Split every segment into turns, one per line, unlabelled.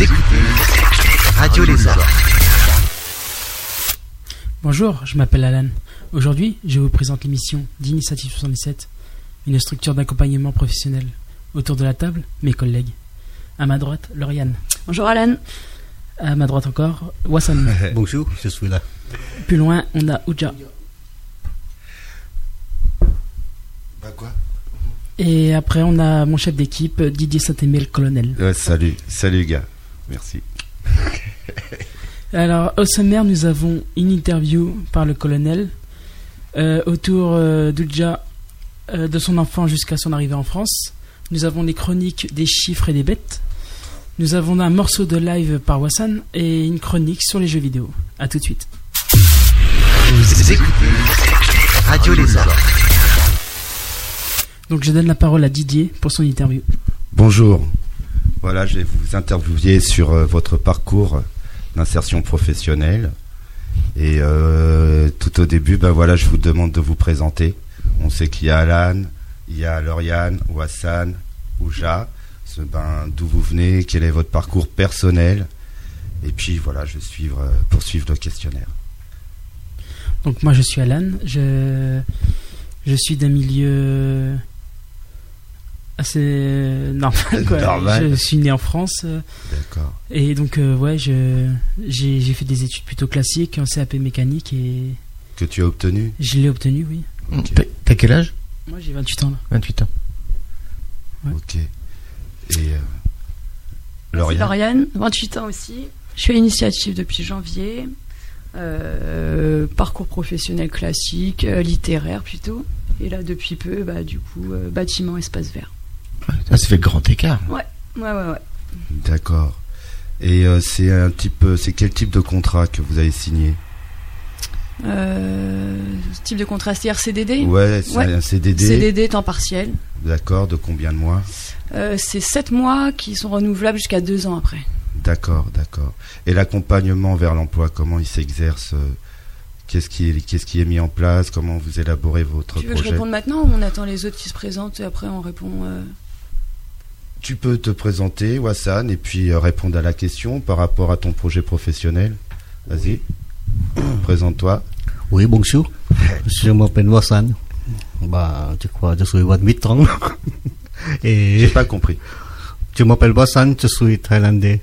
écoutez Radio Lézard.
Bonjour, je m'appelle Alan. Aujourd'hui, je vous présente l'émission d'Initiative 77, une structure d'accompagnement professionnel. Autour de la table, mes collègues. À ma droite, Lauriane.
Bonjour Alan.
À ma droite encore, Wasson.
Bonjour, je suis là.
Plus loin, on a Ouja.
Bah quoi
Et après, on a mon chef d'équipe, Didier Saint-Aimé, le colonel.
Ouais, salut, salut gars. Merci.
Alors, au sommaire, nous avons une interview par le colonel euh, autour euh, d'Ouja, euh, de son enfant jusqu'à son arrivée en France. Nous avons des chroniques des chiffres et des bêtes. Nous avons un morceau de live par Wassan et une chronique sur les jeux vidéo. A tout de suite.
Vous écoutez Radio Lézard.
Donc, je donne la parole à Didier pour son interview.
Bonjour. Voilà, je vais vous interviewer sur euh, votre parcours d'insertion professionnelle. Et euh, tout au début, ben voilà, je vous demande de vous présenter. On sait qu'il y a Alan, il y a Lauriane, Wassan, Ouja. Ce- Ben, D'où vous venez, quel est votre parcours personnel. Et puis voilà, je vais suivre, euh, poursuivre le questionnaire.
Donc moi je suis Alan, je, je suis d'un milieu assez normal. quoi.
Normal.
Je suis né en France euh,
D'accord.
et donc euh, ouais je j'ai j'ai fait des études plutôt classiques en CAP mécanique et
Que tu as obtenu
je l'ai obtenu oui.
Ok.
T'as- T'as quel âge
Moi j'ai 28 ans là.
28 ans.
ok. Et euh,
C'est
Lauriane
Lauriane, 28 ans aussi. Je suis à l'initiative depuis janvier. Euh, parcours professionnel classique, euh, littéraire plutôt. Et là, depuis peu, bah, du coup, euh, bâtiment, espace vert.
Ah, ça fait grand écart.
Ouais, ouais, ouais.
D'accord. Et euh, c'est un type, euh, c'est quel type de contrat que vous avez signé
Euh, ce type de contrat, c'est-à-dire CDD
Ouais, c'est
Ouais.
un CDD.
CDD, temps partiel.
D'accord. De combien de mois
Euh, c'est 7 mois qui sont renouvelables jusqu'à 2 ans après.
D'accord, d'accord. Et l'accompagnement vers l'emploi, comment il s'exerce euh, Qu'est-ce qui, est, qu'est-ce qui est mis en place Comment vous élaborez votre
Tu veux que je
projet
réponde maintenant ou on attend les autres qui se présentent et après on répond euh,
Tu peux te présenter, Wassan, et puis euh, répondre à la question par rapport à ton projet professionnel. Vas-y, présente-toi.
Oui, bonjour. Je m'appelle Wassan. Bah, je crois que je suis 28 ans. Et
J'ai pas compris.
je m'appelle Wassan, je suis thaïlandais.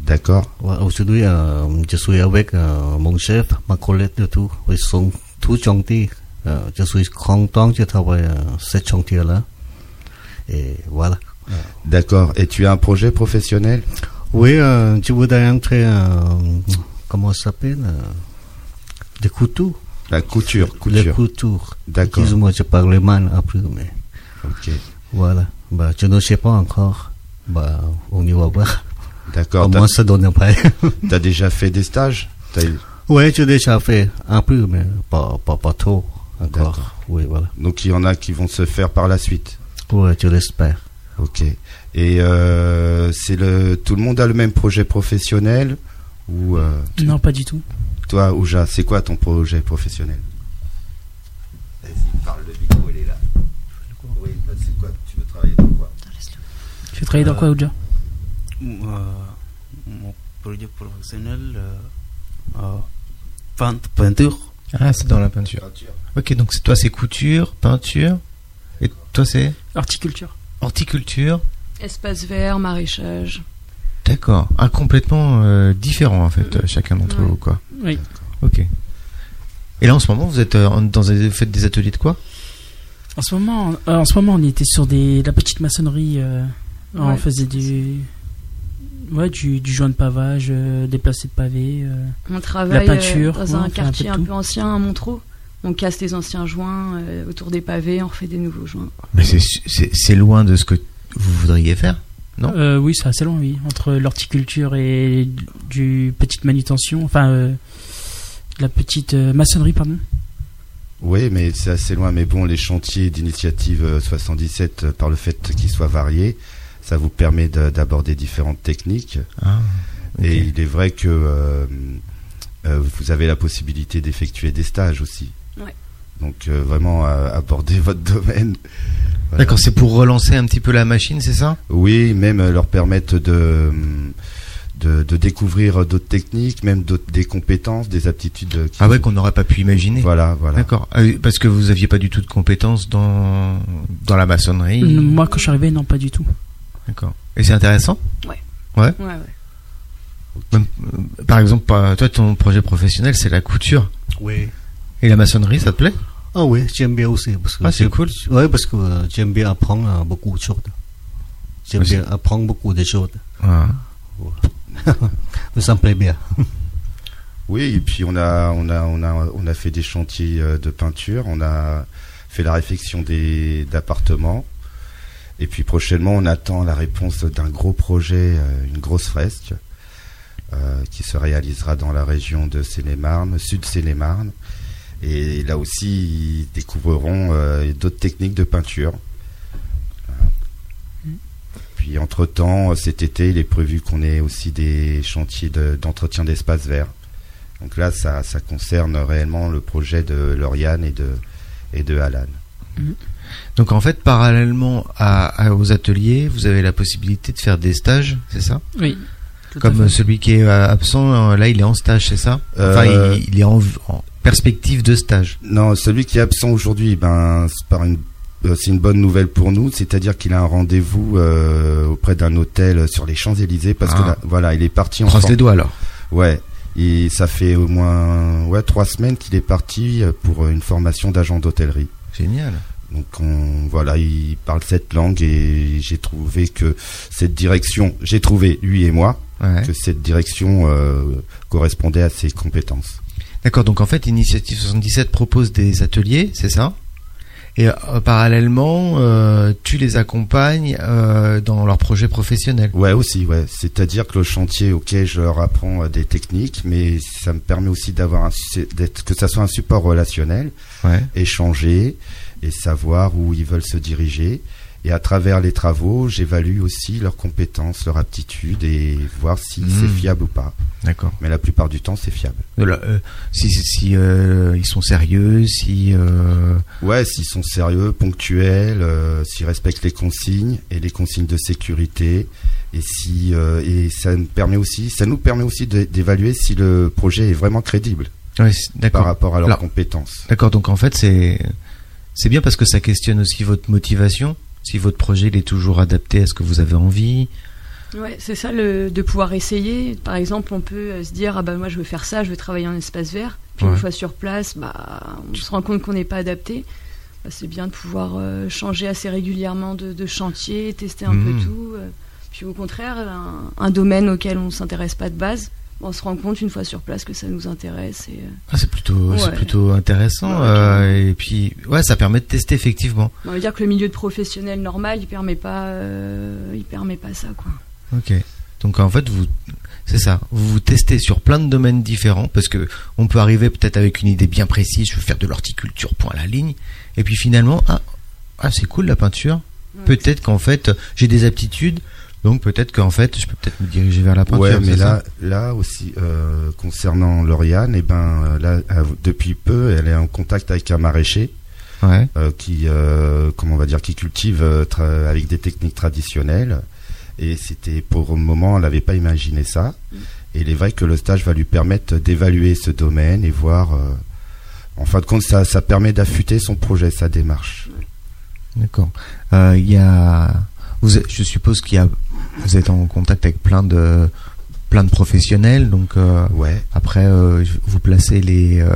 D'accord.
Ouais, Aujourd'hui, euh, je suis avec euh, mon chef, ma collègue et tout. Ils sont tous gentils. Euh, je suis content de travailler euh, cette chantier-là. Et voilà.
D'accord. Et tu as un projet professionnel
Oui, euh, je voudrais entrer, euh, comment ça s'appelle euh, Des couteaux.
La couture,
Les
couture.
coutures.
D'accord.
Excuse-moi, je parle mal après, mais
Ok.
voilà. Bah, je ne sais pas encore. Bah, on y va voir.
D'accord.
Comment
T'as,
ça donne après
t'as déjà fait des stages T'as eu-
Oui, j'ai déjà fait un peu, mais pas, pas, pas trop
D'accord.
encore. Oui, voilà.
Donc il y en a qui vont se faire par la suite.
Oui, je l'espère.
Ok. Et euh, c'est le tout le monde a le même projet professionnel ou euh,
Non pas du tout.
toi Ouja, c'est quoi ton projet professionnel Vas-y, parle le micro, il est là. Oui, bah, c'est quoi Tu veux travailler dans quoi
Tu travailles dans
Euh,
quoi Ouja
Euh, mon projet professionnel, euh, euh, peint- peinture,
Ah, c'est dans la peinture. Ok, donc c'est- toi c'est couture, peinture, et toi c'est
Horticulture.
horticulture.
espace vert, maraîchage.
D'accord. Ah, complètement euh, différent en fait, euh, chacun d'entre
Ouais.
vous quoi.
Oui.
Ok. Et là en ce moment vous êtes euh, en- dans des, vous faites des ateliers de quoi
En ce moment euh, en ce moment on était sur des la petite maçonnerie euh, on
Ouais.
faisait du ouais du, du joint de pavage, euh, des placés de pavés. euh,
On travaille
La peinture,
euh, dans
ouais, on fait
un
un
quartier
peu de
un
tout.
peu ancien, à Montreux. On casse les anciens joints euh, autour des pavés, on refait des nouveaux joints.
Mais c'est- c'est c'est loin de ce que vous voudriez faire. Non.
Euh, oui, c'est assez long, oui. Entre l'horticulture et du petite manutention, enfin, euh, de la petite euh, maçonnerie, pardon.
Oui, mais c'est assez loin. Mais bon, les chantiers d'initiative euh, 77, euh, par le fait qu'ils soient variés, ça vous permet de- d'aborder différentes techniques.
Ah, ok.
Et il est vrai que euh, euh, vous avez la possibilité d'effectuer des stages aussi.
Ouais.
Donc euh, vraiment euh, aborder votre domaine. Voilà.
D'accord, c'est pour relancer un petit peu la machine, c'est ça
Oui, même euh, leur permettre de, de, de découvrir euh, d'autres techniques, même d'autres- des compétences, des aptitudes. euh, qui-
Ah ouais, qu'on n'aurait pas pu imaginer.
Voilà, voilà.
D'accord. Ah oui, Parce que vous aviez pas du tout de compétences dans dans la maçonnerie.
Moi, quand je suis arrivé, non, pas du tout.
D'accord. Et c'est intéressant.
Ouais, ouais.
Même, euh, par exemple, pas- toi, ton projet professionnel, c'est la couture.
Oui.
Et la maçonnerie, ça te plaît
Ah oui, j'aime bien aussi. Parce que
Ah, c'est
j'aime-
cool.
Ouais, parce que euh, j'aime bien apprendre euh, beaucoup de choses. J'aime
Aussi.
bien apprendre beaucoup de choses.
Ah.
Mais ça me plaît bien.
Oui, et puis on a, on a, on a, on a fait des chantiers euh, de peinture, on a fait la réfection des d'appartements, et puis prochainement on attend la réponse d'un gros projet, euh, une grosse fresque, euh, qui se réalisera dans la région de Seine-et-Marne, sud Seine-et-Marne, et là aussi ils découvriront euh, d'autres techniques de peinture. Voilà. Puis entre-temps, cet été, il est prévu qu'on ait aussi des chantiers de- d'entretien d'espaces verts. Donc là, ça, ça concerne réellement le projet de Lauriane et de, et de Alan.
Donc en fait, parallèlement à, à- aux ateliers, vous avez la possibilité de faire des stages, c'est ça
Oui. tout à
Comme
fait.
euh, celui qui est euh, absent, euh, là, il est en stage, c'est ça Enfin,
Euh,
il, il est en, en perspective de stage.
Non, celui qui est absent aujourd'hui, ben, c'est par une, euh, c'est une bonne nouvelle pour nous, c'est-à-dire qu'il a un rendez-vous euh, auprès d'un hôtel sur les Champs-Élysées parce que
Ah.
là, voilà, il est parti
On
en
croise
Fran-
les doigts alors.
Ouais, et ça fait au moins ouais trois semaines qu'il est parti euh, pour une formation d'agent d'hôtellerie.
Génial.
Donc on, voilà, il parle cette langue et j'ai trouvé que cette direction, j'ai trouvé lui et moi,
Ouais.
que cette direction euh, correspondait à ses compétences.
D'accord, donc en fait, Initiative 77 propose des ateliers, c'est ça Et euh, parallèlement, euh, tu les accompagnes euh, dans leurs projets professionnels.
Ouais, aussi, ouais. C'est-à-dire que le chantier, ok, je leur apprends euh, des techniques, mais ça me permet aussi d'avoir un, su- d'être, que ça soit un support relationnel,
Ouais.
échanger et savoir où ils veulent se diriger. Et à travers les travaux, j'évalue aussi leurs compétences, leurs aptitudes et voir si
Mhm.
c'est fiable ou pas.
D'accord.
Mais la plupart du temps, c'est fiable.
Voilà, euh, si si, si, euh, ils sont sérieux, si euh,
Ouais, s'ils sont sérieux, ponctuels, euh, s'ils respectent les consignes et les consignes de sécurité, et si euh, et ça me permet aussi, ça nous permet aussi d'é- d'évaluer si le projet est vraiment crédible
ouais, c'est-
par
d'accord.
rapport à leurs
Alors-
compétences.
D'accord, donc en fait, c'est c'est bien parce que ça questionne aussi votre motivation, si votre projet il est toujours adapté à ce que vous avez envie.
Ouais, c'est ça le, de pouvoir essayer. Par exemple, on peut euh, se dire ah bah moi je veux faire ça, je veux travailler en espace vert. Puis
Ouais.
une fois sur place, bah on se rend compte qu'on n'est pas adapté. Bah, c'est bien de pouvoir euh, changer assez régulièrement de, de chantier, tester un
Mhm.
Mmh.
peu tout. euh. Puis au contraire, un, un domaine auquel on s'intéresse pas de base, bah, on se rend compte une fois sur place que ça nous intéresse. Et, euh,
Ah, c'est plutôt c'est
Ouais.
plutôt intéressant
Ouais,
euh, et puis ouais, ça permet de tester effectivement.
Bah, on va dire que le milieu de professionnel normal, il permet pas, euh, il permet pas ça quoi.
Ok. Donc en fait, vous, c'est ça. Vous vous testez sur plein de domaines différents parce que on peut arriver peut-être avec une idée bien précise. Je veux faire de l'horticulture, point à la ligne. Et puis finalement, ah, ah c'est cool la peinture.
Ouais.
Peut-être qu'en fait, j'ai des aptitudes. Donc peut-être qu'en fait, je peux peut-être me diriger vers la peinture.
Ouais, mais
c'est
là, là aussi, euh, concernant Lauriane, et ben euh, là, euh, depuis peu, elle est en contact avec un maraîcher
ça ouais.
euh, qui, euh, comment on va dire, qui cultive euh, tra- avec des techniques traditionnelles. Et c'était pour le moment, elle n'avait pas imaginé ça. Et il est vrai que le stage va lui permettre d'évaluer ce domaine et voir. euh, en fin de compte, ça, ça permet d'affûter son projet, sa démarche.
D'accord. Euh, Il y a, vous, êtes- je suppose qu'il y a, vous êtes en contact avec plein de, plein de professionnels. Donc euh,
Ouais.
Après, euh, vous placez les, euh,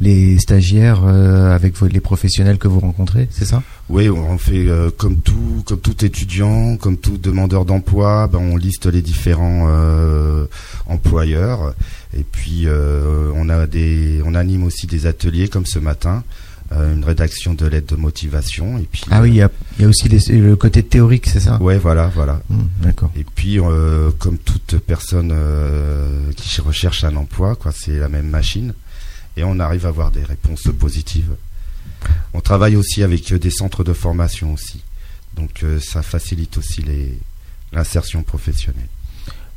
les stagiaires euh, avec vos- les professionnels que vous rencontrez, c'est ça
Oui, on fait euh, comme tout, comme tout étudiant, comme tout demandeur d'emploi, ben, on liste les différents euh, employeurs et puis euh, on a des, on anime aussi des ateliers comme ce matin, euh, une rédaction de lettres de motivation et puis.
Ah oui, il y a, il y a aussi les- le côté théorique, c'est ça
Ouais, voilà, voilà.
Hmm, D'accord.
Et puis, euh, comme toute personne euh, qui recherche un emploi, quoi, c'est la même machine. Et on arrive à avoir des réponses positives. On travaille aussi avec euh, des centres de formation aussi. Donc, euh, ça facilite aussi les l'insertion professionnelle.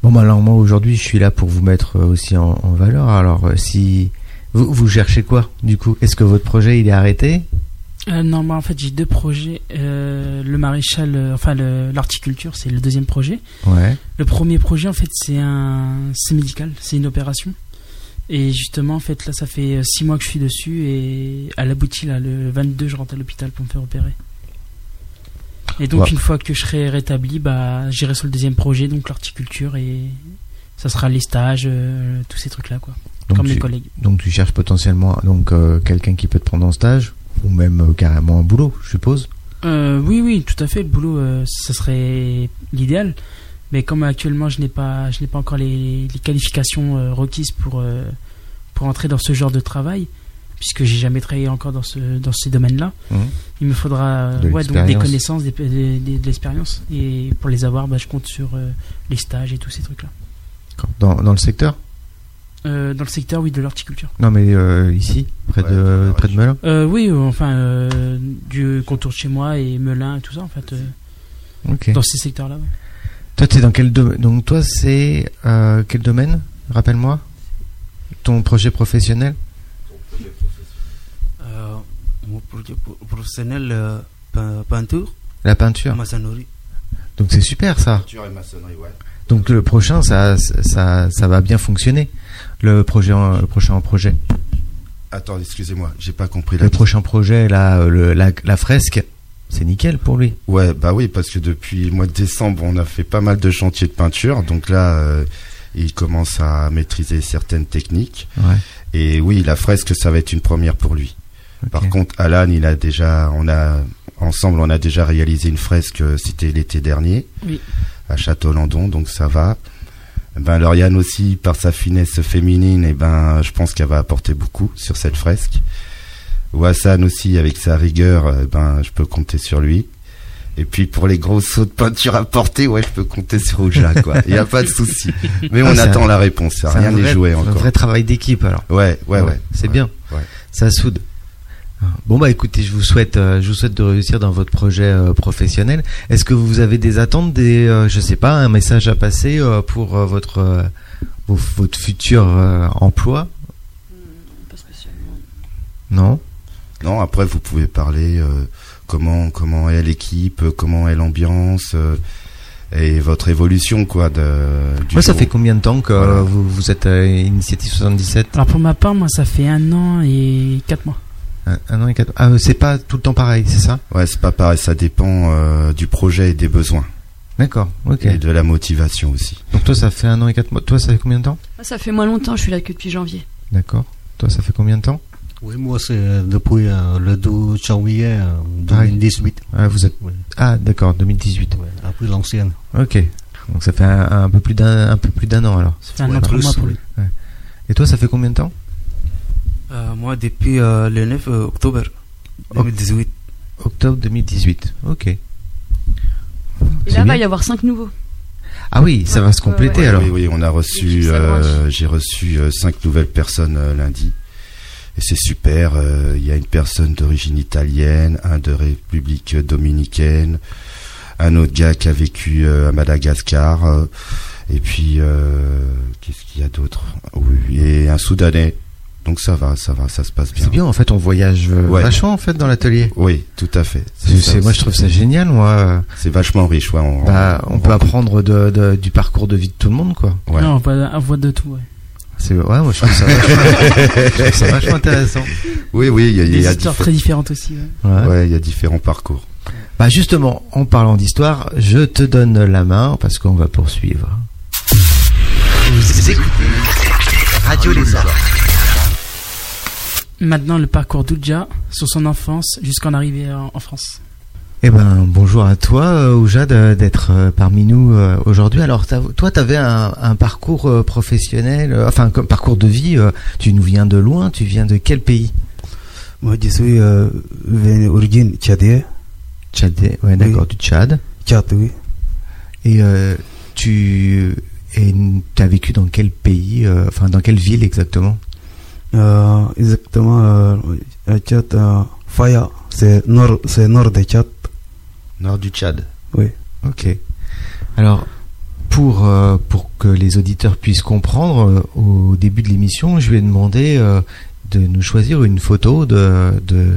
Bon, bah alors moi aujourd'hui, je suis là pour vous mettre euh, aussi en, en valeur. Alors, euh, si vous, vous cherchez quoi, du coup Est-ce que votre projet il est arrêté
Euh, non, moi en fait j'ai deux projets. Euh, le maréchal, euh, enfin le- l'horticulture, c'est le deuxième projet.
Ouais.
Le premier projet en fait c'est un, c'est médical, c'est une opération. Et justement en fait là ça fait euh, six mois que je suis dessus et à l'abouti là le 22 je rentre à l'hôpital pour me faire opérer. Et donc
Ouais.
une fois que je serai rétabli, bah j'irai sur le deuxième projet donc l'horticulture et ça sera les stages, euh, tous ces trucs là quoi,
Donc
comme mes
tu-
collègues.
Donc tu cherches potentiellement donc euh, quelqu'un qui peut te prendre en stage ou même euh, carrément un boulot, je suppose.
Euh, oui, oui, tout à fait. Le boulot, euh, ça serait l'idéal. Mais comme actuellement, je n'ai pas, je n'ai pas encore les, les qualifications euh, requises pour, euh, pour entrer dans ce genre de travail, puisque j'ai jamais travaillé encore dans, ce, dans ces domaines-là.
Mhm.
Il me faudra euh,
De
ouais, donc des
l'expérience.
connaissances, des, des- des- de l'expérience. Et pour les avoir, bah, je compte sur euh, les stages et tous ces trucs-là.
Dans, dans le secteur
Euh, dans le secteur, oui, de l'horticulture.
Non mais euh, ici, près
Ouais,
de
ouais,
près de Melun.
Euh, oui, euh, enfin, euh, du contour de chez moi et Melun et tout ça, en fait, euh,
Ok.
dans ces secteurs-là. ouais.
Toi t'es dans quel domaine Donc toi c'est euh, quel domaine Rappelle-moi. Ton projet professionnel
Euh, mon projet pro- professionnel, euh, pein- peinture,
La peinture.
maçonnerie.
Donc c'est super ça.
Peinture et maçonnerie, ouais.
Donc le prochain, ça, ça, ça va bien fonctionner. Le projet, en- le prochain projet,
Attends, excusez-moi, j'ai pas compris la
le prochain projet, là, euh, le- la, la fresque, c'est nickel pour lui.
Ouais, bah oui, parce que depuis le mois de décembre, on a fait pas mal de chantiers de peinture. Donc là, euh, il commence à maîtriser certaines techniques.
Ouais.
Et oui, la fresque, ça va être une première pour lui. Par contre, Alan, il a déjà, on a, ensemble, on a déjà réalisé une fresque, euh, c'était l'été dernier,
Oui.
à Château-Landon, donc ça va. Ben, Lauriane aussi, par sa finesse féminine, et ben, je pense qu'elle va apporter beaucoup sur cette fresque. Wassan aussi, avec sa rigueur, euh, ben, je peux compter sur lui. Et puis, pour les gros sauts de peinture à porter, ouais, je peux compter sur Oja, quoi. Il n'y a pas de souci. Mais
Ah,
on
c'est
attend
un-
la réponse, ça.
C'est
Rien
un
n'est
vrai-
joué
un
encore.
vrai travail d'équipe alors.
Ouais, ouais, ouais.
C'est
Ouais.
bien.
Ouais.
Ça soude. Bon bah écoutez, je vous souhaite, euh, je vous souhaite de réussir dans votre projet euh, professionnel. Est-ce que vous avez des attentes, des, euh, je sais pas, un message à passer euh, pour euh, votre, euh, vos- votre futur euh, emploi
Pas spécialement.
Non.
Non, après vous pouvez parler euh, comment comment est l'équipe, euh, comment est l'ambiance euh, et votre évolution quoi de du
Moi, ça
jour
fait
au-
combien de temps que euh,
Voilà.
vous, vous êtes à Initiative 77
Alors pour ma part, moi, ça fait un an et quatre mois.
Un, un an et quatre. Ah, euh, c'est pas tout le temps pareil, c'est ça
Ouais, c'est pas pareil, ça dépend euh, du projet et des besoins
D'accord. Ok.
et de la motivation aussi.
Donc toi, ça fait un an et quatre mois. Toi, ça fait combien de temps
Moi, Ah, Ça fait moins longtemps, je suis là que depuis janvier.
D'accord. Toi, ça fait combien de temps
Oui, moi, c'est depuis euh, le 12 janvier euh, 2018.
ah, Vous êtes.
Ouais.
Ah, d'accord. 2018.
Ouais, après l'ancienne.
Ok. Donc ça fait un, un peu plus d'un, un peu plus d'un an alors.
Ça fait un
Ouais,
an trois
plus,
mois pour lui.
Et toi, ça fait combien de temps
Euh, moi, depuis euh, le 9 octobre 2018.
Octobre 2018. Ok.
Et
C'est
là,
bien.
va y avoir cinq nouveaux.
Ah oui, ça va se
Ouais, ouais.
compléter
Et
Ouais,
alors.
oui oui, on a
L'équipe,
reçu
ça
euh,
grandit.
j'ai reçu euh, cinq nouvelles personnes euh, lundi. Et c'est super, euh, il y a une personne d'origine italienne, un de République dominicaine, un autre gars qui a vécu euh, à Madagascar, euh, et puis euh, qu'est-ce qu'il y a d'autre Oui, et un Soudanais. Donc ça va, ça va, ça se passe bien.
C'est bien. En fait, on voyage euh,
Ouais.
vachement en fait dans l'atelier.
Oui, tout à fait.
C'est,
ça
c'est- moi,
aussi.
je trouve ça génial, moi.
C'est vachement riche, ouais. On,
Bah, on peut apprendre de- de- du parcours de vie de tout le monde, quoi.
Ouais.
Non, on va on voit de tout. ouais.
C'est ouais, moi je trouve ça vachement, je trouve ça vachement intéressant.
Oui, oui, il y a, il y
Des
a
histoires
diffé-
très différentes aussi. ouais.
Ouais.
ouais, il y a différents parcours.
Bah justement, en parlant d'histoire, je te donne la main parce qu'on va poursuivre.
Vous écoutez Radio Les Arts.
Maintenant, le parcours d'Oudja, sur son enfance jusqu'en arrivée en, en France.
Eh ben bonjour à toi euh, Oujad euh, d'être euh, parmi nous euh, aujourd'hui. Alors t'as- toi t'avais un, un parcours euh, professionnel, euh, enfin comme parcours de vie. euh, tu nous viens de loin, tu viens de quel pays
Moi, je suis euh, venu origine tchadienne,
Tchad. eh, Ouais d'accord, du Tchad.
Tchad, oui.
Et euh, tu et t'as vécu dans quel pays, euh, enfin dans quelle ville exactement
Euh, exactement, euh, euh, Tchad, euh, Faya, c'est nord, c'est nord de Tchad.
Nord du Tchad.
Oui.
Ok. Alors, pour, euh, pour que les auditeurs puissent comprendre, euh, au début de l'émission, je lui ai demandé euh, de nous choisir une photo de, de,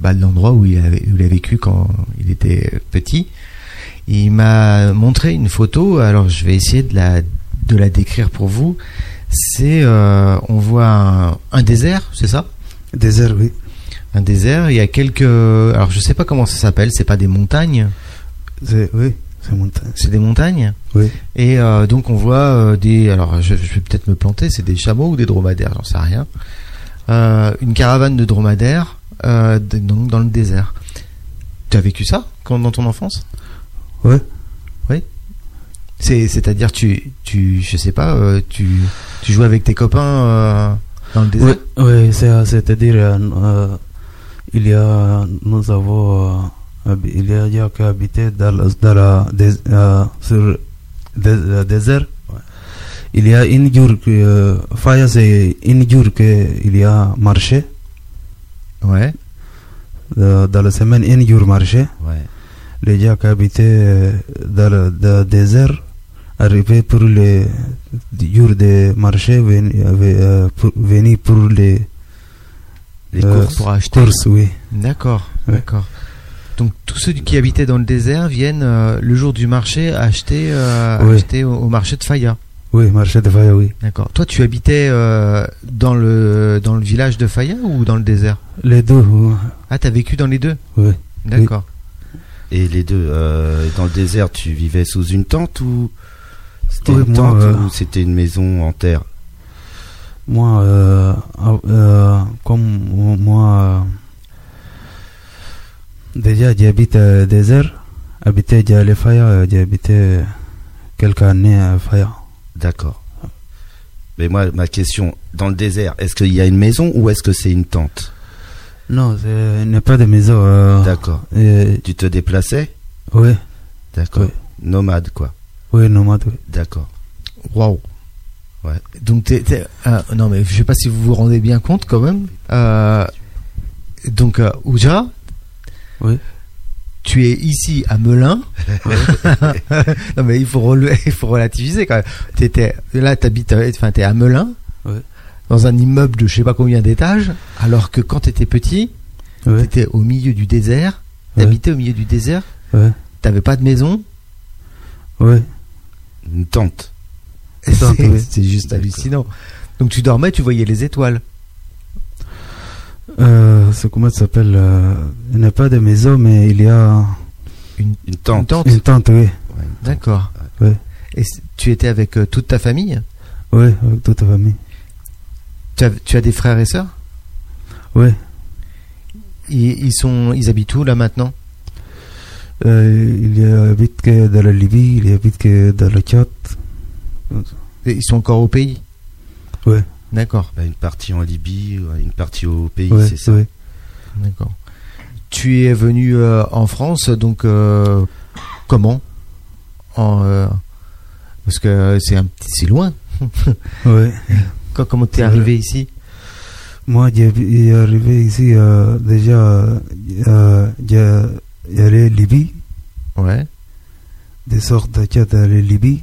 bah, de l'endroit où il, avait, où il a vécu quand il était petit. Il m'a montré une photo, alors je vais essayer de la, de la décrire pour vous. C'est, euh, on voit un, un désert, c'est ça
Désert, oui.
Un désert, il y a quelques. Alors je sais pas comment ça s'appelle, c'est pas des montagnes
C'est- Oui, c'est montagne.
C'est des montagnes
Oui.
Et euh, donc on voit euh, des. Alors je, je vais peut-être me planter, c'est des chameaux ou des dromadaires, j'en sais rien. Euh, une caravane de dromadaires euh, de- donc dans le désert. Tu as vécu ça quand, dans ton enfance
Ouais.
Oui. C'est, c'est-à-dire tu, tu, je sais pas, euh, tu, tu jouais avec tes copains euh, dans le désert.
Oui, oui c'est- c'est-à-dire, euh, euh, il y a, nous avons, euh, habi- il y a des gens qui habitaient dans, la- dans la, dés- euh, sur dé- le désert. Il y a une jour que, euh, Faya, c'est une jour qu'il y a marché,
Ouais.
euh, dans la semaine, une jour marché.
Ouais.
Les gens qui habitaient euh, dans le, dans le désert arrivaient pour les jours de marché, ven- euh, pour, venir pour les
Les
Euh,
courses pour acheter.
courses, oui.
D'accord,
Ouais.
d'accord. Donc tous ceux qui habitaient dans le désert viennent euh, le jour du marché acheter, euh,
Oui.
acheter au, au marché de Faya.
Oui, marché de Faya, oui.
D'accord. Toi, tu habitais euh, dans le dans le village de Faya ou dans le désert
Les deux, oui.
Ah, t'as vécu dans les deux
oui.
D'accord.
Et les deux, euh, dans le désert, tu vivais sous une tente ou c'était
Oui,
une
moi,
tente
euh,
ou c'était une maison en terre
Moi, euh, av- euh, comme mo- moi, euh, déjà j'habite euh, désert, habité déjà les Faya, euh, j'ai habité quelques années euh, à Faya.
D'accord. Mais moi, ma question, dans le désert, est-ce qu'il y a une maison ou est-ce que c'est une tente
Non, c'est- il n'y a pas de maison. euh,
D'accord.
euh,
Tu te déplaçais
oui,
D'accord.
Oui.
Nomade, quoi.
oui, nomade. oui.
D'accord.
Waouh.
Ouais.
Donc t'es, t'es- ah, non mais je sais pas si vous vous rendez bien compte quand même. Euh, donc euh, Ouja,
Oui.
tu es ici à Melun. non mais il faut relever- il faut relativiser quand même. T'étais là t'habites euh, enfin t'es à Melun.
Oui.
Dans un immeuble de je sais pas combien d'étages, alors que quand t'étais petit,
Oui,
t'étais au milieu du désert. T'habitais au milieu du désert.
oui,
T'avais pas de maison.
oui.
Une tente.
Tente,
C'est
oui.
c'est juste hallucinant. Donc tu dormais, tu voyais les étoiles.
Euh, c'est comment ça s'appelle euh, Il n'y a pas de maison, mais il y a
Une tente.
Une tente.
une tente, oui.
Ouais, une tente.
D'accord.
Ouais.
Et c- tu étais avec euh, toute ta famille
Oui, avec toute la famille.
tu as, tu as des frères et sœurs
Oui.
ils, ils sont, ils habitent où là maintenant
Euh, il y a habite que dans la Libye, il y habite que dans le Tchad.
Et Ils sont encore au pays
Ouais.
D'accord,
Bah, Une partie en Libye, ouais, une partie au pays,
Ouais,
c'est ça
ouais.
d'accord. Tu es venu euh, en France, donc euh, comment En, euh, Parce que c'est un petit, c'est loin.
Ouais.
Co- Comment t'es
C'est
arrivé ici
Moi, j'ai j'ai arrivé ici euh, déjà. Euh, j'ai j'ai allé en Libye,
Ouais.
des sortes de Tchad à la Libye.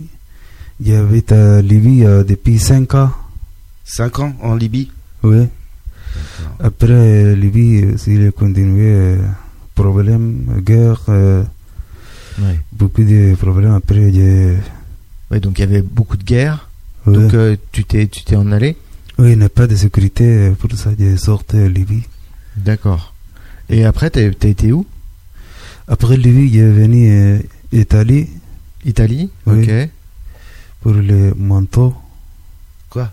J'habite à Libye euh, depuis 5 ans.
Cinq ans en Libye
Oui.
D'accord.
Après euh, Libye, euh, s'il a continué, euh, problème, guerre, euh,
Ouais.
beaucoup de problèmes. Après, j'ai.
Ouais, donc il y avait beaucoup de guerres.
ouais.
Donc euh, tu t'es, tu t'es en allé
Oui, il n'y a pas de sécurité, euh, pour ça, j'ai sorti de Libye.
D'accord. Et après, t'as, t'as été où
Après Libye, j'ai venu euh, Italie
Italie
Oui.
Ok.
pour le manteau.
Quoi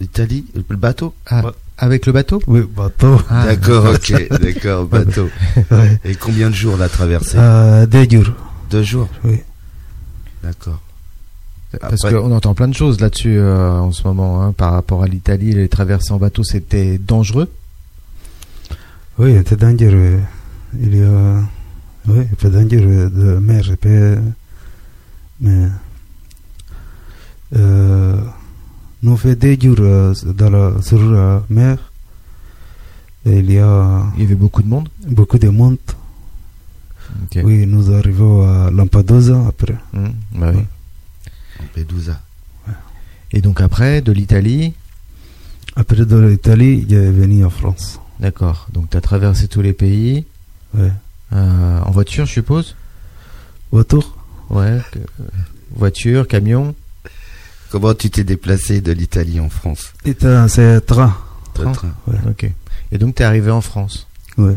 L'Italie Le bateau
Ah,
Bah-
avec le bateau
Oui, bateau.
Ah,
D'accord, ok, d'accord, bateau.
Ouais.
Et combien de jours la traversée
Euh, des jours.
Deux jours
Oui.
D'accord.
Parce
Après-
qu'on entend plein de choses là-dessus euh, en ce moment hein, par rapport à l'Italie. Les traversées en bateau, c'était dangereux.
Oui, c'est dangereux. Il y a. Oui, c'est dangereux de mer. c'est- Mais. Euh, nous fait des jours euh, dans la, sur la mer. Et il y a
Il y avait beaucoup de monde.
beaucoup de monde. Oui, nous arrivons à Lampedusa après.
Mmh, bah oui.
Ouais.
En Pédouza.
Et donc après, de l'Italie,
Après de l'Italie, j'ai venu en France.
D'accord. Donc tu as traversé tous les pays
Ouais.
euh, en voiture, je suppose
Autour
Ouais. que- euh, voiture, camion,
Comment tu t'es déplacé de l'Italie en France
Et euh, c'est train.
train.
Le train.
Ok. Et donc tu es arrivé en France.
Ouais.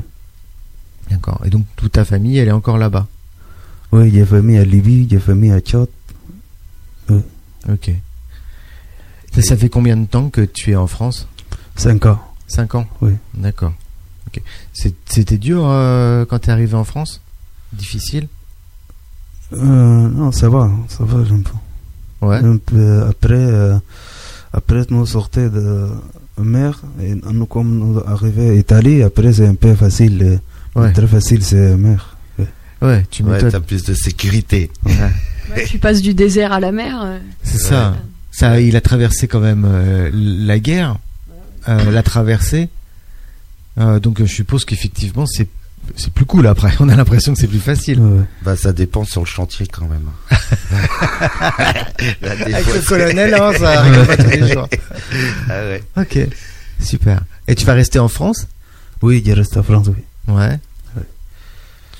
D'accord. Et donc toute ta famille, elle est encore là-bas.
Oui, j'ai famille à Libye, j'ai famille à Tchad.
Ok. Ça, ça fait combien de temps que tu es en France
5 ans.
Cinq ans
Oui.
D'accord. Ok. C'est- C'était dur euh, quand tu es arrivé en France Difficile
Euh, non, ça va, ça va, j'aime pas.
Ouais.
Un peu après, euh, après nous sortait de mer et nous comme nous arrivés à Italie, après c'est un peu facile, euh,
Ouais.
très facile c'est mer.
Mmh. Ouais, tu
Ouais,
m'étonnes.
t'as plus de sécurité.
Ouais.
Ouais, tu passes du désert à la mer. euh,
C'est ça. Ça, il a traversé quand même euh, la guerre, euh, la traversée. Euh, donc, euh, je suppose qu'effectivement, c'est c'est plus cool après. On a l'impression que c'est plus facile.
Ouais.
Bah, ça dépend sur le chantier quand même. Là, des fois, c'est-
hein, ça arrive pas tous les jours.
Ah ouais.
Ok, super. Et tu vas rester en France
Oui, je reste à France, oui.
Ouais.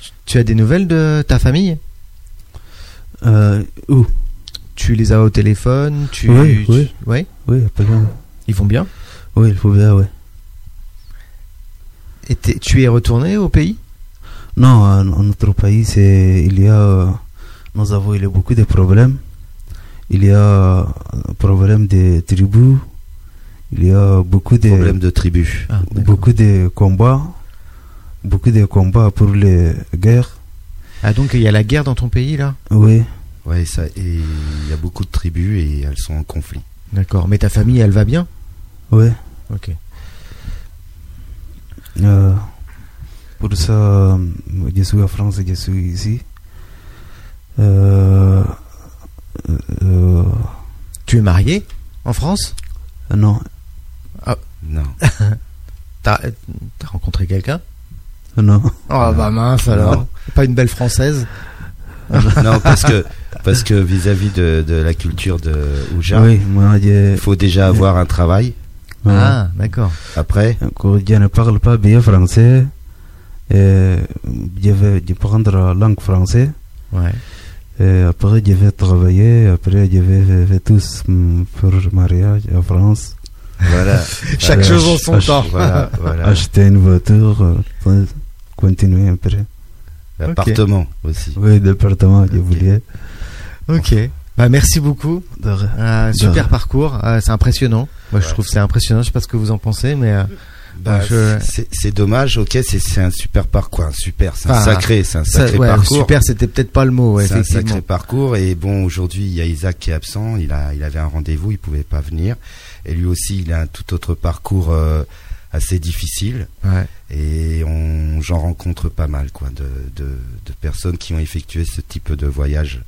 Tu- Tu as des nouvelles de ta famille
Euh, où
Tu les as au téléphone tu,
Oui,
tu-
oui.
ouais
Oui, après, euh,
Ils vont bien.
oui, il faut bien, oui.
Et t'es- tu es retourné au pays
Non, euh, en notre pays, c'est, il y a, euh, nous avons il y a beaucoup de problèmes. Il y a euh, problème des tribus, il y a beaucoup de
Problème de tribu.
Ah, d'accord.
beaucoup de combats, beaucoup de combats pour les guerres.
Ah, donc il y a la guerre dans ton pays là
Oui,
Ouais, ça, et il y a beaucoup de tribus et elles sont en conflit.
D'accord. Mais ta famille, elle va bien
oui.
Ok.
Euh, pour ça, euh, je suis en France et je suis ici. Euh, euh,
Tu es marié en France
non,
Non.
T'as euh, t'as rencontré quelqu'un
non.
Oh bah mince
alors.
Pas une belle française
non, parce que, parce que vis-à-vis de, de la culture de Ouja,
Oui, moi, je,
il faut déjà avoir un travail.
euh,
Ah, d'accord.
Après,
que je ne parle pas bien français. Et je vais je prendre la langue française.
Ouais.
Et après, je vais travailler. Après, je vais faire- faire tous mm, pour le mariage en France.
voilà. Bah,
Chaque chose en son
Ach-
temps.
Voilà, voilà.
Acheter une voiture, euh, pour continuer après.
L'appartement aussi.
Oui, département, je voulais.
Ok. Bah merci beaucoup.
De rien.
Euh,
rien.
super parcours. Euh, c'est impressionnant. Moi je
Ouais.
trouve que c'est impressionnant. Je sais pas ce que vous en pensez, mais euh,
Bah,
je-
c'est, c'est dommage, ok, c'est, c'est un super parcours, un super, c'est un
Enfin,
sacré, c'est un sacré
ça, ouais,
parcours.
super. C'était peut-être pas le mot. ouais,
c'est un
effectivement.
sacré parcours et bon aujourd'hui il y a Isaac qui est absent, il a il avait un rendez-vous, il pouvait pas venir et lui aussi il a un tout autre parcours euh, assez difficile
Ouais.
et on j'en rencontre pas mal quoi de, de de personnes qui ont effectué ce type de voyage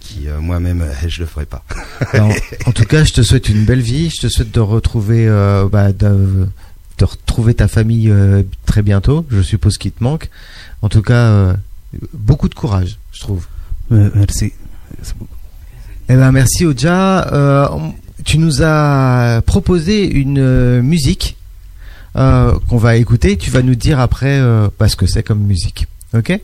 qui euh, moi-même euh, je le ferai pas.
Alors, en tout cas, je te souhaite une belle vie. Je te souhaite de retrouver, euh, bah, de, de retrouver ta famille euh, très bientôt. Je suppose qu'il te manque. En tout cas, euh, beaucoup de courage, je trouve.
Euh, Merci. Merci beaucoup.
Eh ben, merci Oja. Euh, on- tu nous as proposé une euh, musique euh, qu'on va écouter. Tu vas nous dire après euh, bah, ce que c'est comme musique. Ok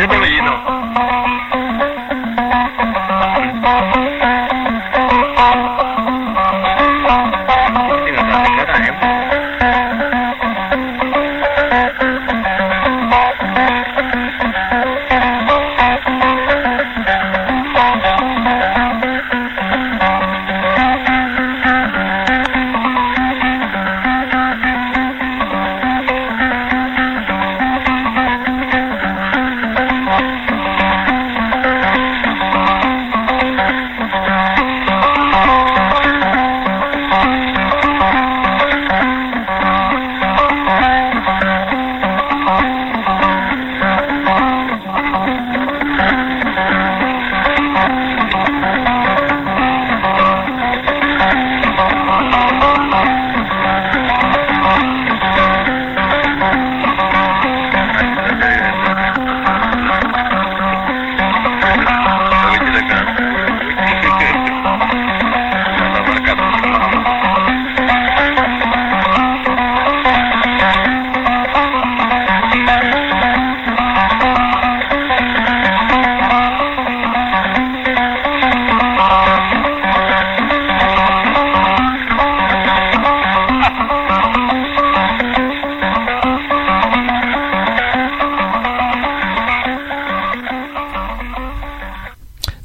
Ribolino. Thank you.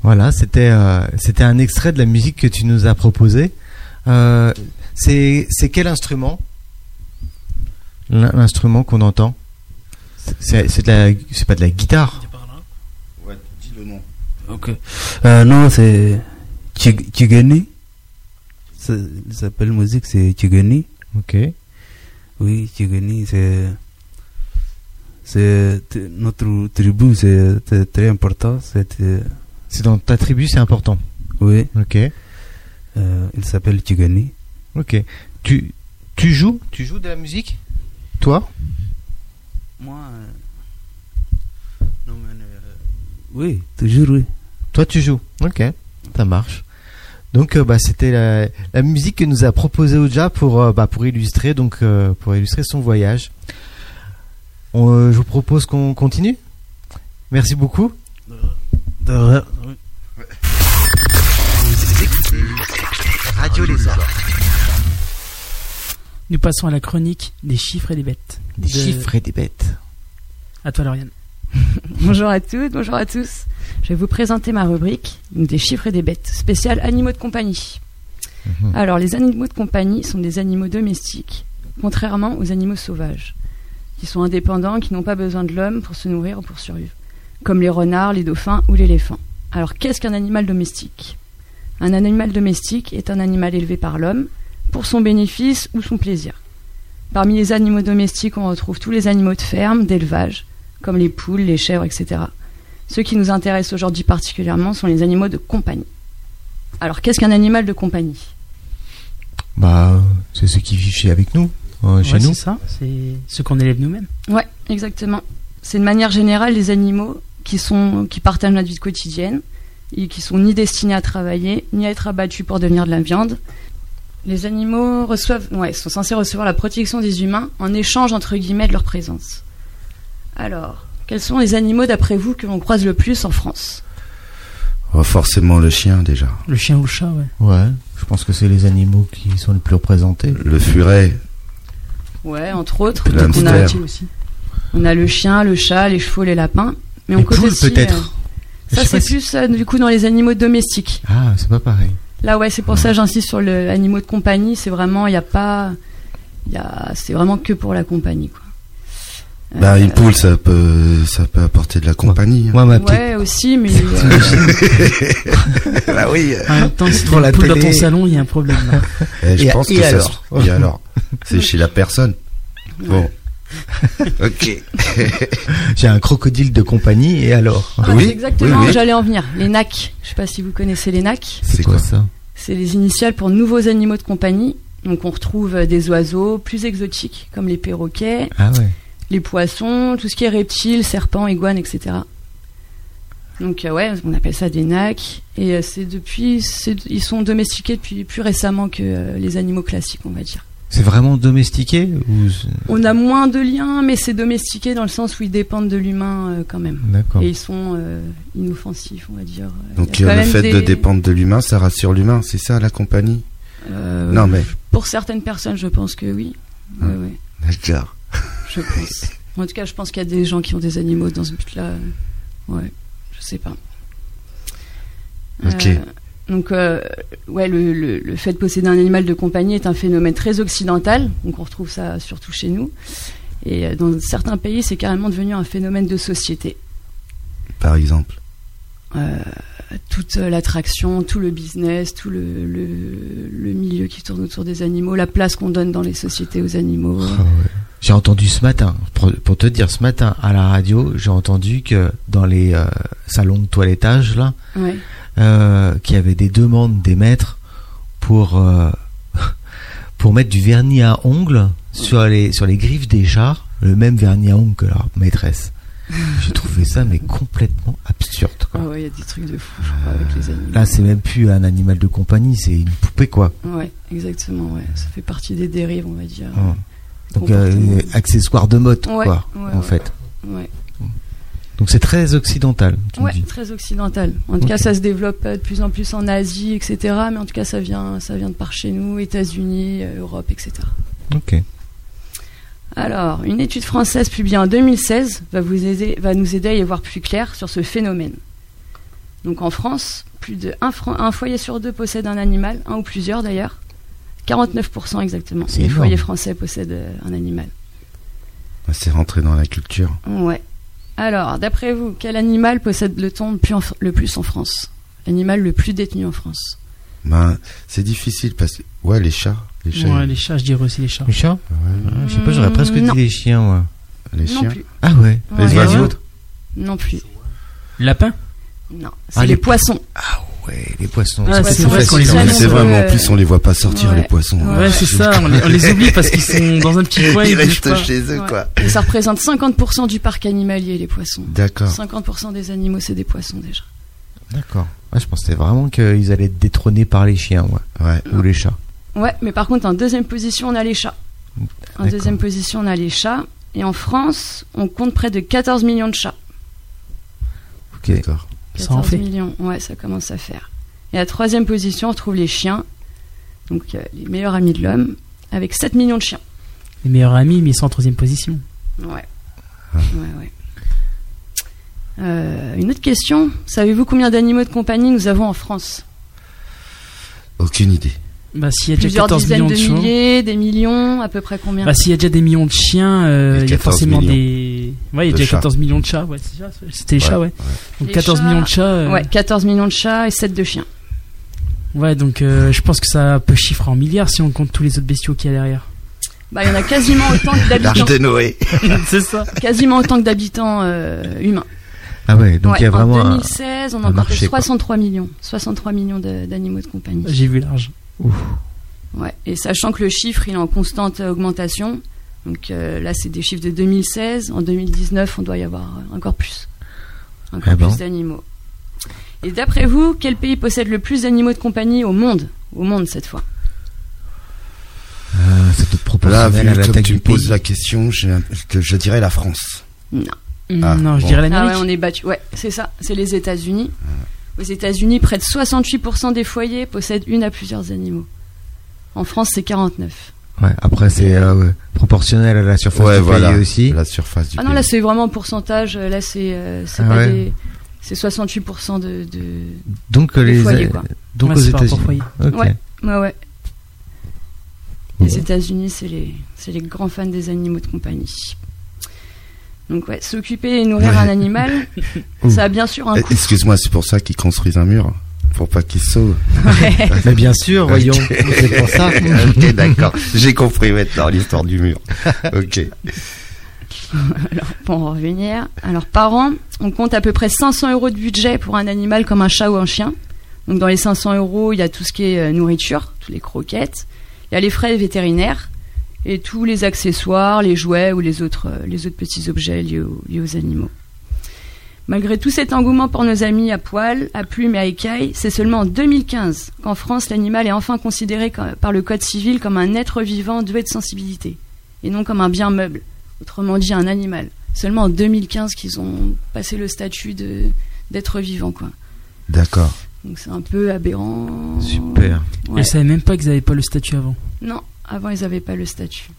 Voilà, c'était euh, c'était un extrait de la musique que tu nous as proposé. Euh, c'est c'est quel instrument L'in- L'instrument qu'on entend C'est c'est de la c'est pas de la guitare.
Ouais, dis le nom.
Ok. Euh, non, c'est Chig- Chigeni. Ça il s'appelle musique, c'est Chigeni.
Ok.
Oui, Chigeni, c'est. C'est t- notre tribu, c'est t- très important. C'est, euh,
C'est dans ta tribu, c'est important.
oui,
Ok.
euh, il s'appelle Chigeni.
Ok. Tu tu joues tu joues de la musique Toi
Moi, non, mais, oui, toujours oui.
Toi, tu joues. Ok, ça marche. Donc, euh, bah, c'était la, la musique que nous a proposé Oja pour, euh, bah, pour illustrer donc euh, pour illustrer son voyage. On, euh, je vous propose qu'on continue. Merci beaucoup.
Vous écoutez Radio Lézard.
Nous passons à la chronique des chiffres et des bêtes.
Des
De-
chiffres et des bêtes.
À toi, Lauriane.
Bonjour à toutes, bonjour à tous. Je vais vous présenter ma rubrique des chiffres et des bêtes, spéciale animaux de compagnie.
Mhm.
Alors, les animaux de compagnie sont des animaux domestiques, contrairement aux animaux sauvages, qui sont indépendants, qui n'ont pas besoin de l'homme pour se nourrir ou pour survivre, comme les renards, les dauphins ou l'éléphant. Alors, qu'est-ce qu'un animal domestique Un animal domestique est un animal élevé par l'homme pour son bénéfice ou son plaisir. Parmi les animaux domestiques, on retrouve tous les animaux de ferme, d'élevage, comme les poules, les chèvres, etc. Ceux qui nous intéressent aujourd'hui particulièrement sont les animaux de compagnie. Alors, qu'est-ce qu'un animal de compagnie
Bah, c'est ceux qui vivent chez, avec nous, euh, chez
Ouais,
nous.
C'est ça, c'est ce qu'on élève nous-mêmes.
Ouais, exactement. C'est de manière générale les animaux qui, sont, qui partagent notre vie quotidienne et qui sont ni destinés à travailler, ni à être abattus pour devenir de la viande. Les animaux reçoivent, ouais, sont censés recevoir la protection des humains en échange, entre guillemets, de leur présence. Alors, quels sont les animaux, d'après vous, que l'on croise le plus en France
Oh, forcément le chien déjà.
Le chien ou le chat, ouais.
Ouais, je pense que c'est les animaux qui sont les plus représentés.
Le furet,
Ouais, entre autres.
Le
Donc, on a-
hamster.
aussi.
On a le chien, le chat, les chevaux, les lapins. Mais on
Les
connaît
poules,
aussi,
peut-être.
euh,
Je
Ça,
sais pas
c'est
si-
plus euh, du coup dans les animaux domestiques.
Ah, c'est pas pareil.
Là, ouais, c'est pour ça que j'insiste sur le animaux de compagnie. C'est vraiment, il n'y a pas. il Y a, c'est vraiment que pour la compagnie, quoi. Euh,
bah une poule ça peut ça peut apporter de la compagnie. hein.
Moi, ma petite.
Ouais, aussi, mais. euh,
bah oui.
En même temps, Ah, si
Devant
t'as
la
une poule dans
télé.
ton salon, il y a un problème. là.
Eh, je
Et-
pense
et
que
alors
ça. se- Et alors C'est chez la personne. Bon. ok.
J'ai un crocodile de compagnie et alors
ah,
Oui,
c'est exactement
oui,
où
oui.
j'allais en venir. Les NAC. Je sais pas si vous connaissez les NAC.
C'est quoi
ça
C'est les initiales pour nouveaux animaux de compagnie. Donc, on retrouve euh, des oiseaux plus exotiques, comme les perroquets,
Ah ouais.
les poissons, tout ce qui est reptiles, serpents, iguanes, etc. Donc euh, ouais, on appelle ça des nacs. Et euh, c'est depuis, c'est- ils sont domestiqués depuis plus récemment que euh, les animaux classiques, on va dire.
C'est vraiment domestiqué ou c'est-
On a moins de liens, mais c'est domestiqué dans le sens où ils dépendent de l'humain euh, quand même.
D'accord.
Et ils sont euh, inoffensifs, on va dire.
Ah. Donc
Il y a
euh,
quand
le
même
fait de
des-
dépendre de l'humain, ça rassure l'humain, c'est ça la compagnie
euh,
Non mais
Pour certaines personnes, je pense que oui. Ouais,
Hmm.
ouais,
d'accord.
je pense. en tout cas, je pense qu'il y a des gens qui ont des animaux dans ce but-là. Ouais, je sais pas.
Ok.
Euh, donc, euh, ouais, le, le- le fait de posséder un animal de compagnie est un phénomène très occidental. Donc, on retrouve ça surtout chez nous. Et euh, dans certains pays, c'est carrément devenu un phénomène de société.
Par exemple.
Euh, toute euh, l'attraction, tout le business, tout le, le- le milieu qui tourne autour des animaux, la place qu'on donne dans les sociétés aux animaux.
Ah ouais. J'ai entendu ce matin, pour, pour te dire, ce matin à la radio, j'ai entendu que dans les euh, salons de toilettage, là,
Ouais.
euh, qu'il y avait des demandes des maîtres pour, euh, pour mettre du vernis à ongles sur les, sur les griffes des chars, le même vernis à ongles que leur maîtresse. J'ai trouvé ça, mais complètement absurde.
Ah
Quoi.
ouais, il y a des trucs de fou, je crois, avec les animaux.
Euh, Là, c'est même plus un animal de compagnie, c'est une poupée, quoi.
Ouais, exactement, ouais. Ça fait partie des dérives, on va dire.
Hum. Donc, euh,
Comportement.
accessoire de mode,
Ouais,
quoi,
ouais,
en
ouais.
fait.
Ouais.
Donc, c'est très occidental, tu me
Ouais,
dis.
très occidental. En tout
Ok.
cas, ça se développe euh, de plus en plus en Asie, etc. Mais en tout cas, ça vient, ça vient de par chez nous, États-Unis, euh, Europe, etc.
Ok.
Alors, une étude française publiée en 2016 va, vous aider, va nous aider à y voir plus clair sur ce phénomène. Donc en France, plus de un, fran- un foyer sur deux possède un animal, un ou plusieurs d'ailleurs. 49% exactement
C'est
des
énorme.
foyers français possèdent euh, un animal.
bah, C'est rentré dans la culture.
Ouais. Alors, d'après vous, quel animal possède le thon le plus en, le plus en France L'animal le plus détenu en France
Ben, c'est difficile parce que. Ouais, les chats. Les chats.
Ouais, les chats, je dirais aussi les chats.
Les chats
Ouais,
Ah, Je sais pas, j'aurais
Mm,
presque
non.
dit les chiens, moi.
les
Non
chiens.
plus.
Ah ouais
Ouais.
Les
Et
oiseaux.
alors
Non plus.
Lapin
Non. C'est
Ah,
les,
les-
poissons.
Ouais, les poissons.
Ah,
c'est
c'est
tout
vrai qu'on
facile.
les aime.
C'est vrai, mais en plus, on les voit pas sortir,
Ouais.
les poissons.
Ouais, c'est ça, on les, on les oublie parce qu'ils sont dans un petit coin.
Ils
ils bougent
restent
pas.
chez eux,
Ouais.
quoi.
Et euh, ça représente 50% du parc animalier, les poissons.
D'accord.
50% des animaux, c'est des poissons déjà.
D'accord. Ouais, je pensais vraiment qu'ils allaient être détrônés par les chiens, moi.
Ouais.
Ou les chats.
Ouais, mais par contre, en deuxième position, on a les chats. En
D'accord.
deuxième position, on a les chats. Et en France, on compte près de 14 millions de chats.
Ok.
D'accord.
Ça en
14
fait.
millions, ouais, ça commence à faire. Et à troisième position, on trouve les chiens. Donc, euh, les meilleurs amis de l'homme, avec 7 millions de chiens.
Les meilleurs amis, mais ils sont en troisième position.
Ouais.
Ah.
Ouais, ouais. Euh, une autre question. Savez-vous combien d'animaux de compagnie nous avons en France
Aucune idée.
Bah, s'il y a déjà
Plusieurs
14
dizaines
millions
de
de chiens.
milliers, hein. des millions, à peu près combien
Bah, s'il y a déjà des millions de chiens, euh,
Et
il y a
14
forcément
millions
des. Ouais, il y a
de
déjà
chats.
14 millions de chats. Ouais, c'est ça, c'était les
Ouais,
chats, ouais. Donc
Les
14
chats,
millions de chats. euh,
Ouais, 14 millions de chats et 7 de chiens.
ouais, donc euh, je pense que ça peut chiffrer en milliards si on compte tous les autres bestiaux qu'il y a derrière.
Bah, il y en a quasiment autant que
L'arche
d'habitants,
de Noé.
c'est ça.
quasiment autant que d'habitants euh, humains.
Ah ouais, donc il y
Ouais,
a vraiment
en
un.
2016, on
un
en comptait
marché, quoi.
63 millions, 63 millions de- d'animaux de compagnie.
J'ai vu large.
Ouais, et sachant que le chiffre il est en constante euh, augmentation, donc euh, là c'est des chiffres de 2016, en 2019 on doit y avoir euh, encore plus, encore
Ah bon
plus d'animaux. Et d'après vous, quel pays possède le plus d'animaux de compagnie au monde Au monde cette fois.
Ah, c'est tout
Là,
proportionnel à
vu
la
comme
taille
tu
du
me poses
pays.
la question, j'ai un- que je dirais la France. Ah,
non, je
bon.
dirais la
Ah ouais,
Norvège.
on est battu. Ouais, c'est ça, c'est les États-Unis. Aux États-Unis, près de 68% des foyers possèdent une à plusieurs animaux. En France, c'est 49.
Ouais, après, c'est euh, ouais, proportionnel à la surface du pays aussi.
La surface du
Ah non, là
pays.
c'est vraiment en pourcentage. euh, Là c'est euh, c'est
Ah
pas
ouais.
des- c'est 68% de, de,
Donc, euh,
des
les.
foyers, quoi.
Donc,
Ouais,
aux
c'est par rapport au
États-Unis. Ok.
Ouais. Ouais, ouais.
Bon.
Les États-Unis, c'est les, c'est les grands fans des animaux de compagnie. Donc, ouais, s'occuper et nourrir
Ouais.
un animal, ça a bien sûr un
Eh,
coût.
Excuse-moi, c'est pour ça qu'ils construisent un mur. Pour pas qu'ils se sauvent.
Mais bien sûr, voyons. c'est pour ça.
ok, d'accord. J'ai compris maintenant l'histoire du mur. Ok.
Pour en revenir, alors par an, on compte à peu près 500 euros de budget pour un animal comme un chat ou un chien. Donc, dans les 500 euros, il y a tout ce qui est euh, nourriture, tous les croquettes, il y a les frais vétérinaires et tous les accessoires, les jouets ou les autres, euh, les autres petits objets liés aux, liés aux animaux. Malgré tout cet engouement pour nos amis à poil, à plumes et à écailles, c'est seulement en 2015 qu'en France l'animal est enfin considéré co- par le Code civil comme un être vivant doué de sensibilité et non comme un bien meuble, autrement dit un animal. Seulement en 2015 qu'ils ont passé le statut de d'être vivant quoi.
D'accord.
Donc c'est un peu aberrant.
Super.
Ouais.
Ils savaient même pas qu'ils avaient pas le statut avant.
Non, avant ils n'avaient pas le statut.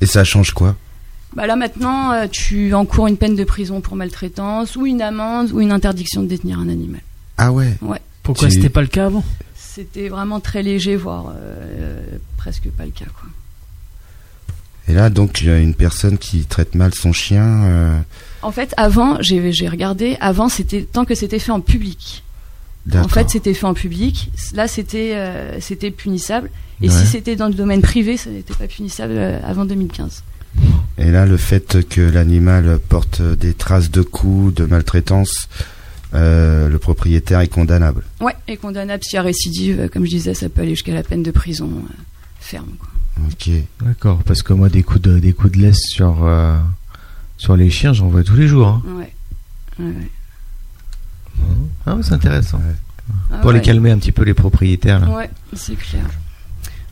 Et ça change quoi
Bah là maintenant, euh, tu encours une peine de prison pour maltraitance ou une amende ou une interdiction de détenir un animal.
Ah ouais.
Pourquoi
Tu-
c'était pas le cas avant
C'était vraiment très léger, voire euh, presque pas le cas. Quoi.
Et là, donc, il y a une personne qui traite mal son chien. euh,
En fait, avant, j'ai j'ai regardé, avant c'était tant que c'était fait en public. En
d'accord.
fait, c'était fait en public. Là, c'était euh, c'était punissable. Et
Ouais.
si c'était dans le domaine privé, ça n'était pas punissable euh, avant 2015.
Et là, le fait que l'animal porte des traces de coups, de maltraitance, euh, le propriétaire est condamnable.
Ouais, et condamnable s'il y a récidive, euh, comme je disais, ça peut aller jusqu'à la peine de prison euh, ferme. Quoi.
Ok.
Euh.
D'accord, parce que moi, des coups de, des coups de laisse sur, euh, sur les chiens, j'en vois tous les jours. hein.
Ouais. Ouais, ouais.
Ah ouais, c'est intéressant.
Ah
Pour les
ouais.
calmer un petit peu, les propriétaires. Là.
Ouais, c'est clair.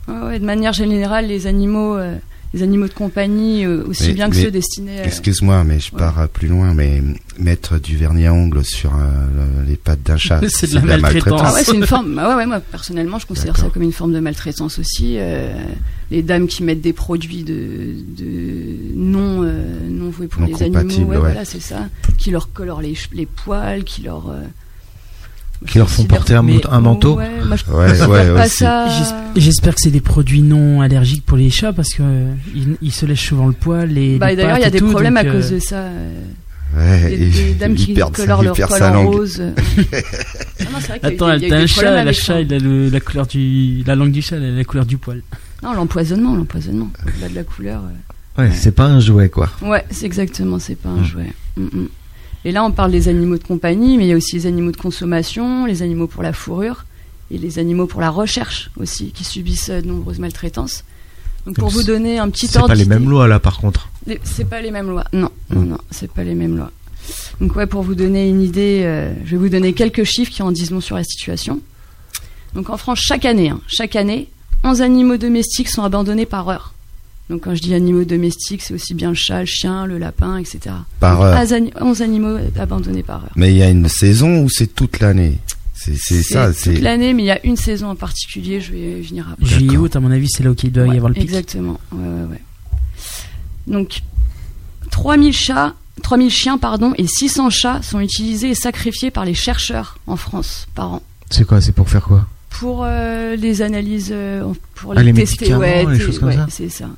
Ouais, ouais, de manière générale, les animaux, euh, les animaux de compagnie, euh, aussi
Mais-
bien que
mais-
ceux destinés. euh,
Excuse-moi, mais je
ouais.
pars euh, plus loin, mais mettre du vernis à ongles sur euh, les pattes d'un chat,
C'est de la maltraitance.
Ah ouais, c'est une forme. Bah ouais, ouais, moi personnellement, je considère ça
D'accord.
comme une forme de maltraitance aussi. euh, les dames qui mettent des produits de, de non euh, non voués pour
Non
les animaux,
compatibles, ouais.
voilà, c'est ça, qui leur colorent les, che- les poils, qui leur euh,
Qui leur font
considère-
porter un,
mais-
mont- un manteau.
Ah Ouais, moi, je
Ouais, ouais,
considère pas
aussi.
ça.
J'espère que c'est des produits non allergiques pour les chats parce que euh, ils, ils se lèchent souvent le poil et.
Bah,
les
et D'ailleurs,
pattes
il y a
et
des
tout,
problèmes à
donc, euh,
cause de ça. euh,
Ouais,
Des,
et-
des dames
Eh, il
qui
perd sa-
colorent
il
leur
perd
poil
sa
en
langue.
rose. Ah non, c'est vrai qu'il y a eu
Attends,
des- il y a eu
t'as
des
un
problèmes
chat, la
avec
chat,
ça.
il a le- la couleur du, la langue du chat, elle a la couleur du poil.
Non, l'empoisonnement, l'empoisonnement. Là, de la couleur. euh.
Ouais, c'est pas un jouet, quoi.
Ouais, c'est exactement, c'est pas un
Mm.
jouet. Mm, mm. Et là, on parle des animaux de compagnie, mais il y a aussi les animaux de consommation, les animaux pour la fourrure et les animaux pour la recherche aussi, qui subissent euh, de nombreuses maltraitances. Donc, pour
Donc,
vous donner un petit
C'est
ordre.
pas les
d'idée-
mêmes lois, là, par contre.
les- C'est pas les mêmes lois. Non, non, non, c'est pas les mêmes lois. Donc ouais, pour vous donner une idée, euh, je vais vous donner quelques chiffres qui en disent long sur la situation. Donc en France, chaque année, hein, chaque année, 11 animaux domestiques sont abandonnés par heure. Donc quand je dis animaux domestiques, c'est aussi bien le chat, le chien, le lapin, etc.
Par heure.
11 ani- 11 animaux abandonnés par heure.
Mais il y a une saison où c'est toute l'année. C'est c'est ça,
toute
c'est.
l'année, mais il y a une saison en particulier, je vais venir après.
Juillet,
D'accord.
août, à mon avis, c'est là où il doit
Ouais,
y avoir le pic.
Exactement. Ouais, ouais, ouais. Donc, 3000 chats, 3000 chiens, pardon, et 600 chats sont utilisés et sacrifiés par les chercheurs en France par an
C'est quoi C'est pour faire quoi
pour euh, les analyses, euh, pour
Ah, les
les, tester.
médicaments,
Ouais,
les
t'es-
choses comme
ouais,
ça
c'est ça.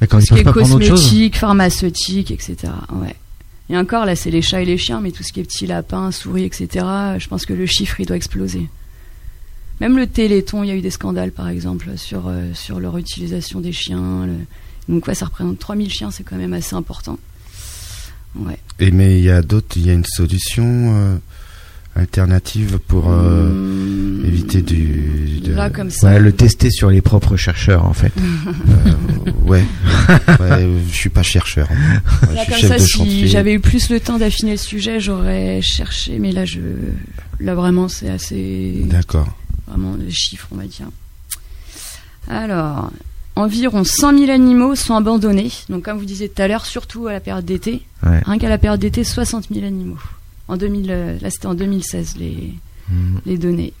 Mais quand ils
Ce qui
peuvent
est
pas prendre autre chose
cosmétique, pharmaceutique, etc. Ouais. Et encore, là, c'est les chats et les chiens, mais tout ce qui est petits lapins, souris, etc., euh, je pense que le chiffre, il doit exploser. Même le téléthon, il y a eu des scandales, par exemple, sur, euh, sur leur utilisation des chiens. le- Donc, ouais, ça représente 3000 chiens, c'est quand même assez important. Ouais.
Et mais il y a d'autres, il y a une solution euh, alternative pour euh,
Hum,
éviter du. de-
Là, comme ça.
Ouais, le tester sur les propres chercheurs, en fait.
euh, ouais. Ouais, Je suis pas chercheur. hein. Ouais,
Là,
je
comme
suis chef
ça,
de
si
chantier.
j'avais eu plus le temps d'affiner le sujet, j'aurais cherché, mais là, je... là vraiment, c'est assez.
D'accord.
vraiment le chiffre, on va dire. Alors, environ 100 000 animaux sont abandonnés. Donc, comme vous disiez tout à l'heure, surtout à la période d'été.
Ouais.
Rien qu'à la période d'été, 60 000 animaux. En 2000, euh, là, c'était en 2016, les,
Mm.
les données.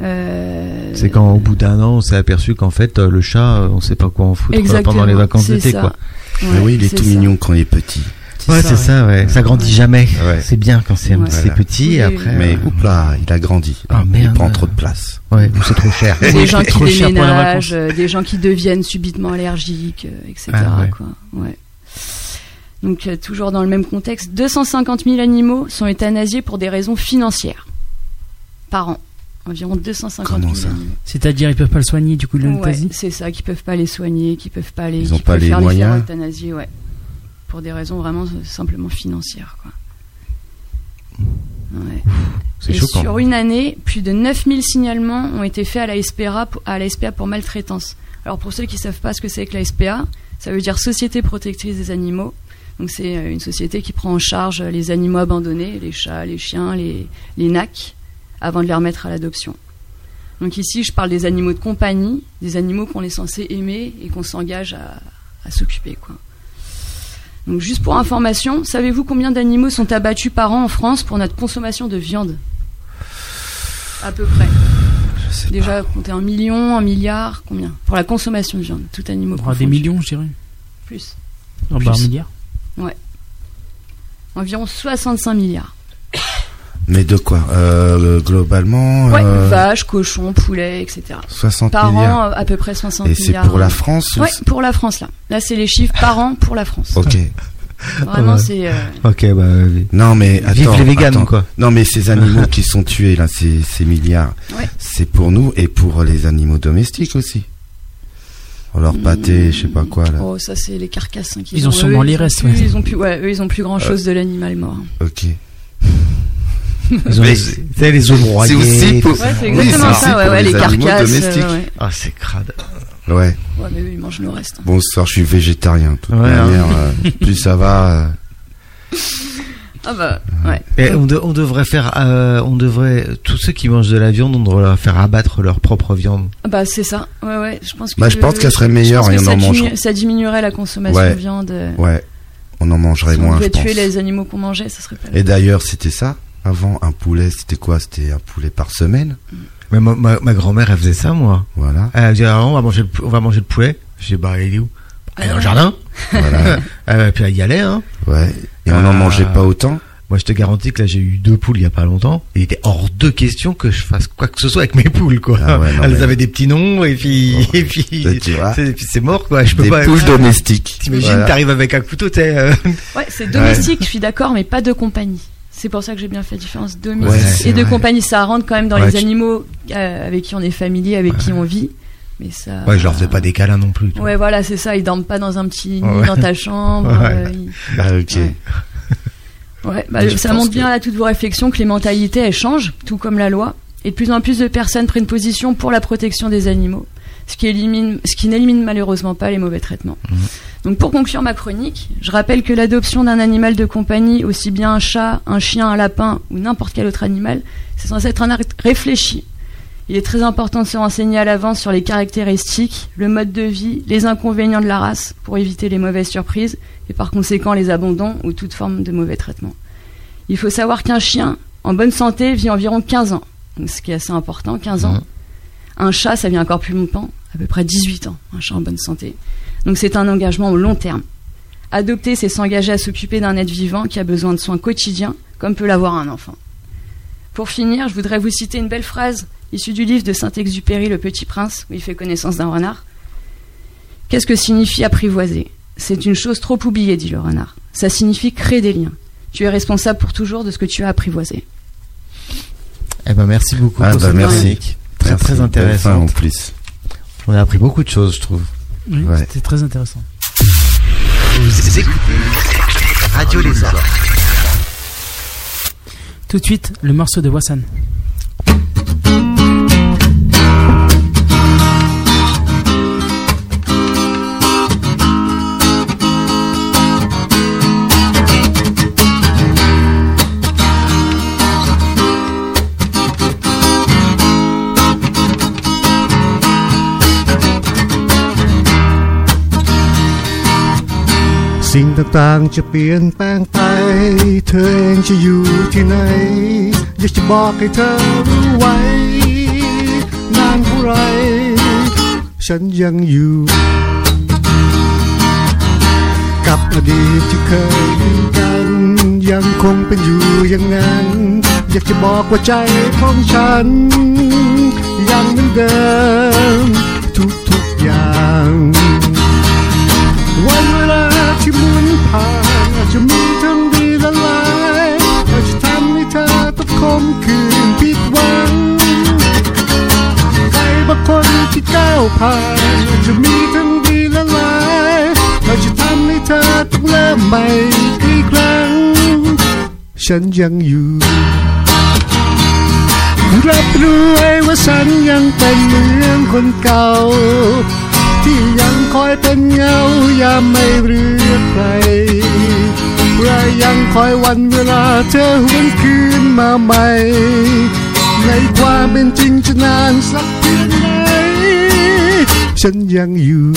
Euh,
C'est quand, au bout d'un an, on s'est aperçu qu'en fait, euh, le chat, euh, on sait pas quoi en foutre euh,
Exactement,
pendant les vacances
c'est
d'été,
ça.
quoi.
Mais
Ouais,
oui, il est
c'est
tout
ça.
mignon quand il est petit.
Ouais, c'est ça, ouais. Ça grandit jamais.
Ouais.
C'est bien quand c'est
Ouais.
c'est
Voilà.
petit, et
Oui, oui,
après.
Mais
euh,
oups là, il a grandi.
Ah,
il
merde.
prend trop de place.
Ouais, ou c'est trop cher.
Des gens qui
Trop cher pour les vacances.
déménagent, euh, des gens qui deviennent subitement allergiques, euh, etc.
Ah, ouais.
quoi. Ouais. Donc, euh, toujours dans le même contexte, 250 000 animaux sont euthanasiés pour des raisons financières par an. Environ 250
Comment
000
ça
animaux.
C'est-à-dire, ils peuvent pas le soigner, du coup, le
Ouais,
l'euthanasie.
c'est ça, qui peuvent pas les soigner, qui peuvent pas les,
Ils ont
qui
pas
peuvent
les
faire les
moyens.
faire euthanasier, ouais. Pour des raisons vraiment euh, simplement financières, quoi. Ouais.
C'est
Et
choquant.
Sur une année, plus de 9000 signalements ont été faits à la SPA, pour- à la SPA pour maltraitance. Alors pour ceux qui ne savent pas ce que c'est que la SPA, ça veut dire Société Protectrice des Animaux. Donc c'est euh, une société qui prend en charge euh, les animaux abandonnés, les chats, les chiens, les, les nacs, avant de les remettre à l'adoption. Donc ici, je parle des animaux de compagnie, des animaux qu'on est censé aimer et qu'on s'engage à, à s'occuper. quoi. Donc juste pour information, savez-vous combien d'animaux sont abattus par an en France pour notre consommation de viande À peu près.
Je sais pas.
Déjà, comptez en millions, en milliards, combien Pour la consommation de viande, tout animaux.
Oh, des millions, je dirais.
Plus.
Non,
Plus.
bah, un milliard.
Environ 65 milliards.
Mais de quoi Euh, Globalement,
Ouais, bah,
euh,
vaches, cochons, poulets, etc.
60
Par
milliards.
an, euh, à peu près 60
Et c'est
milliards.
pour la France ou
Ouais,
c'est-
pour la France, là. Là, c'est les chiffres par an pour la France.
Ok.
Vraiment,
Ouais.
c'est. euh,
Ok, bah. euh, vi-
Non mais
Vive
attends,
les véganes,
attends.
quoi.
Non mais ces animaux qui sont tués là, ces, ces milliards,
Ouais.
c'est pour nous et pour les animaux domestiques aussi. On leur pâté, je sais pas quoi là.
hmm. Oh, ça, c'est les carcasses. hein, qu'ils
Ils ont sûrement
Eux,
les
ils
restes,
plus-
ouais.
Ils ont plus, ouais, eux, ils ont plus grand
Euh,
chose de l'animal mort.
Ok.
Ils ont
Mais
les,
c'est-
tu sais, les os broyés.
pour.
Ouais, c'est
Oui,
exactement
c'est aussi
ça, ouais,
pour
ouais, les,
animaux
carcasses. euh,
domestiques.
ouais.
Ah, c'est crade.
Ouais.
Ouais, mais eux, ils mangent le reste. hein.
Bon, ce soir je suis végétarien. De toute
Ouais, hein.
manière, euh, plus ça va. euh,
Ah bah, ouais.
Et on, de- on devrait faire, euh, on devrait, tous ceux qui mangent de la viande, on devrait leur faire abattre leur propre viande.
Ah Bah, c'est ça. Ouais, ouais, je pense que.
Bah, je pense qu'elle serait meilleure
je
et on
pense que
en
ça,
mangerait.
diminu- ça diminuerait la consommation
Ouais.
de viande. euh,
Ouais. On en mangerait
si on
moins, je
devait
pense.
tuer les animaux qu'on mangeait, ça serait pas.
Et d'ailleurs, c'était ça. Avant, un poulet, c'était quoi C'était un poulet par semaine.
Mais ma, ma- ma grand-mère, elle faisait ça, moi.
Voilà.
Elle disait, ah, on va manger le, pou- on va manger le poulet. J'ai dit, bah, il est où?
Ah,
Bah, il est dans le jardin.
voilà.
Euh, puis elle y allait, hein.
Ouais. Et on n'en
Ah.
mangeait pas autant.
Moi, je te garantis que là, j'ai eu deux poules il y a pas longtemps. Et il était hors de question que je fasse quoi que ce soit avec mes poules, quoi.
Ah ouais, non,
Elles
mais-
avaient des petits noms et
Oh,
puis, et puis,
ça, tu vois.
c'est- et puis c'est mort, quoi. Je peux
des
pas.
poules domestiques.
T'imagines,
Voilà.
t'arrives avec un couteau, t'es. euh,
Ouais, c'est domestique, je suis d'accord, mais pas de compagnie. C'est pour ça que j'ai bien fait la différence domestique
Ouais, c'est
et de
vrai.
compagnie. Ça rentre quand même dans
Ouais,
les
tu-
animaux euh, avec qui on est familier, avec qui on vit. Mais ça.
Ouais, je leur faisais pas des câlins non plus. tu vois.
Ouais, voilà, c'est ça. Ils dorment pas dans un petit nid
Ouais.
dans ta chambre.
Ouais.
euh, ils-
Ah, ok.
Ouais. Ouais, bah,
Mais je
ça
pense
montre
que-
bien là toutes vos réflexions que les mentalités elles changent, tout comme la loi, et de plus en plus de personnes prennent position pour la protection des animaux, ce qui élimine, ce qui n'élimine malheureusement pas les mauvais traitements.
Mhm.
Donc pour conclure ma chronique, je rappelle que l'adoption d'un animal de compagnie, aussi bien un chat, un chien, un lapin ou n'importe quel autre animal, c'est censé être un acte réfléchi. Il est très important de se renseigner à l'avance sur les caractéristiques, le mode de vie, les inconvénients de la race pour éviter les mauvaises surprises et par conséquent les abandons ou toute forme de mauvais traitement. Il faut savoir qu'un chien en bonne santé vit environ 15 ans, donc ce qui est assez important, 15 ans.
Mhm.
Un chat, ça vit encore plus longtemps, à peu près 18 ans, un chat en bonne santé. Donc c'est un engagement au long terme. Adopter, c'est s'engager à s'occuper d'un être vivant qui a besoin de soins quotidiens, comme peut l'avoir un enfant. Pour finir, je voudrais vous citer une belle phrase issue du livre de Saint-Exupéry, Le Petit Prince, où il fait connaissance d'un renard. Qu'est-ce que signifie apprivoiser C'est une chose trop oubliée, dit le renard. Ça signifie créer des liens. Tu es responsable pour toujours de ce que tu as apprivoisé.
Eh ben, merci beaucoup.
Ah,
pour
bah,
cette
merci.
chronique. Très,
Merci.
très
Belle fin
intéressant.
en plus.
On a appris beaucoup de choses, je trouve.
Oui,
Ouais.
C'était très intéressant.
Radio des Arts.
Tout de suite, le morceau de Wassan.
สิ่งต่างๆจะเปลี่ยนแปลงไป เธอเองจะอยู่ที่ไหน อยากจะบอกให้เธอรู้ไว้ นานเท่าไร ฉันยังอยู่ กับอดีตที่เคยมีกัน ยังคงเป็นอยู่อย่างนั้น อยากจะบอกว่าใจของฉัน ยังเหมือนเดิม ทุกๆอย่าง วันเวลาที่หมุนผ่านอาจจะมีทั้งดีและร้ายอาจจะทำให้เธอต้องคมคืนผิดหวัง ใครบางคนที่ก้าวผ่านอาจจะมีทั้งดีและร้ายอาจจะทำให้เธอต้องเริ่มใหม่อีกกี่ครั้ง ฉันยังอยู่รับรู้ไว้ว่าฉันยังเป็นเหมือนคนเก่า ที่ยังคอยเป็นเงายามไม่เรือกใครและยังคอยวันเวลาเธอหวนคืนมาใหม่ ในความเป็นจริงจะนานสักเพียงไหนฉันยังอยู่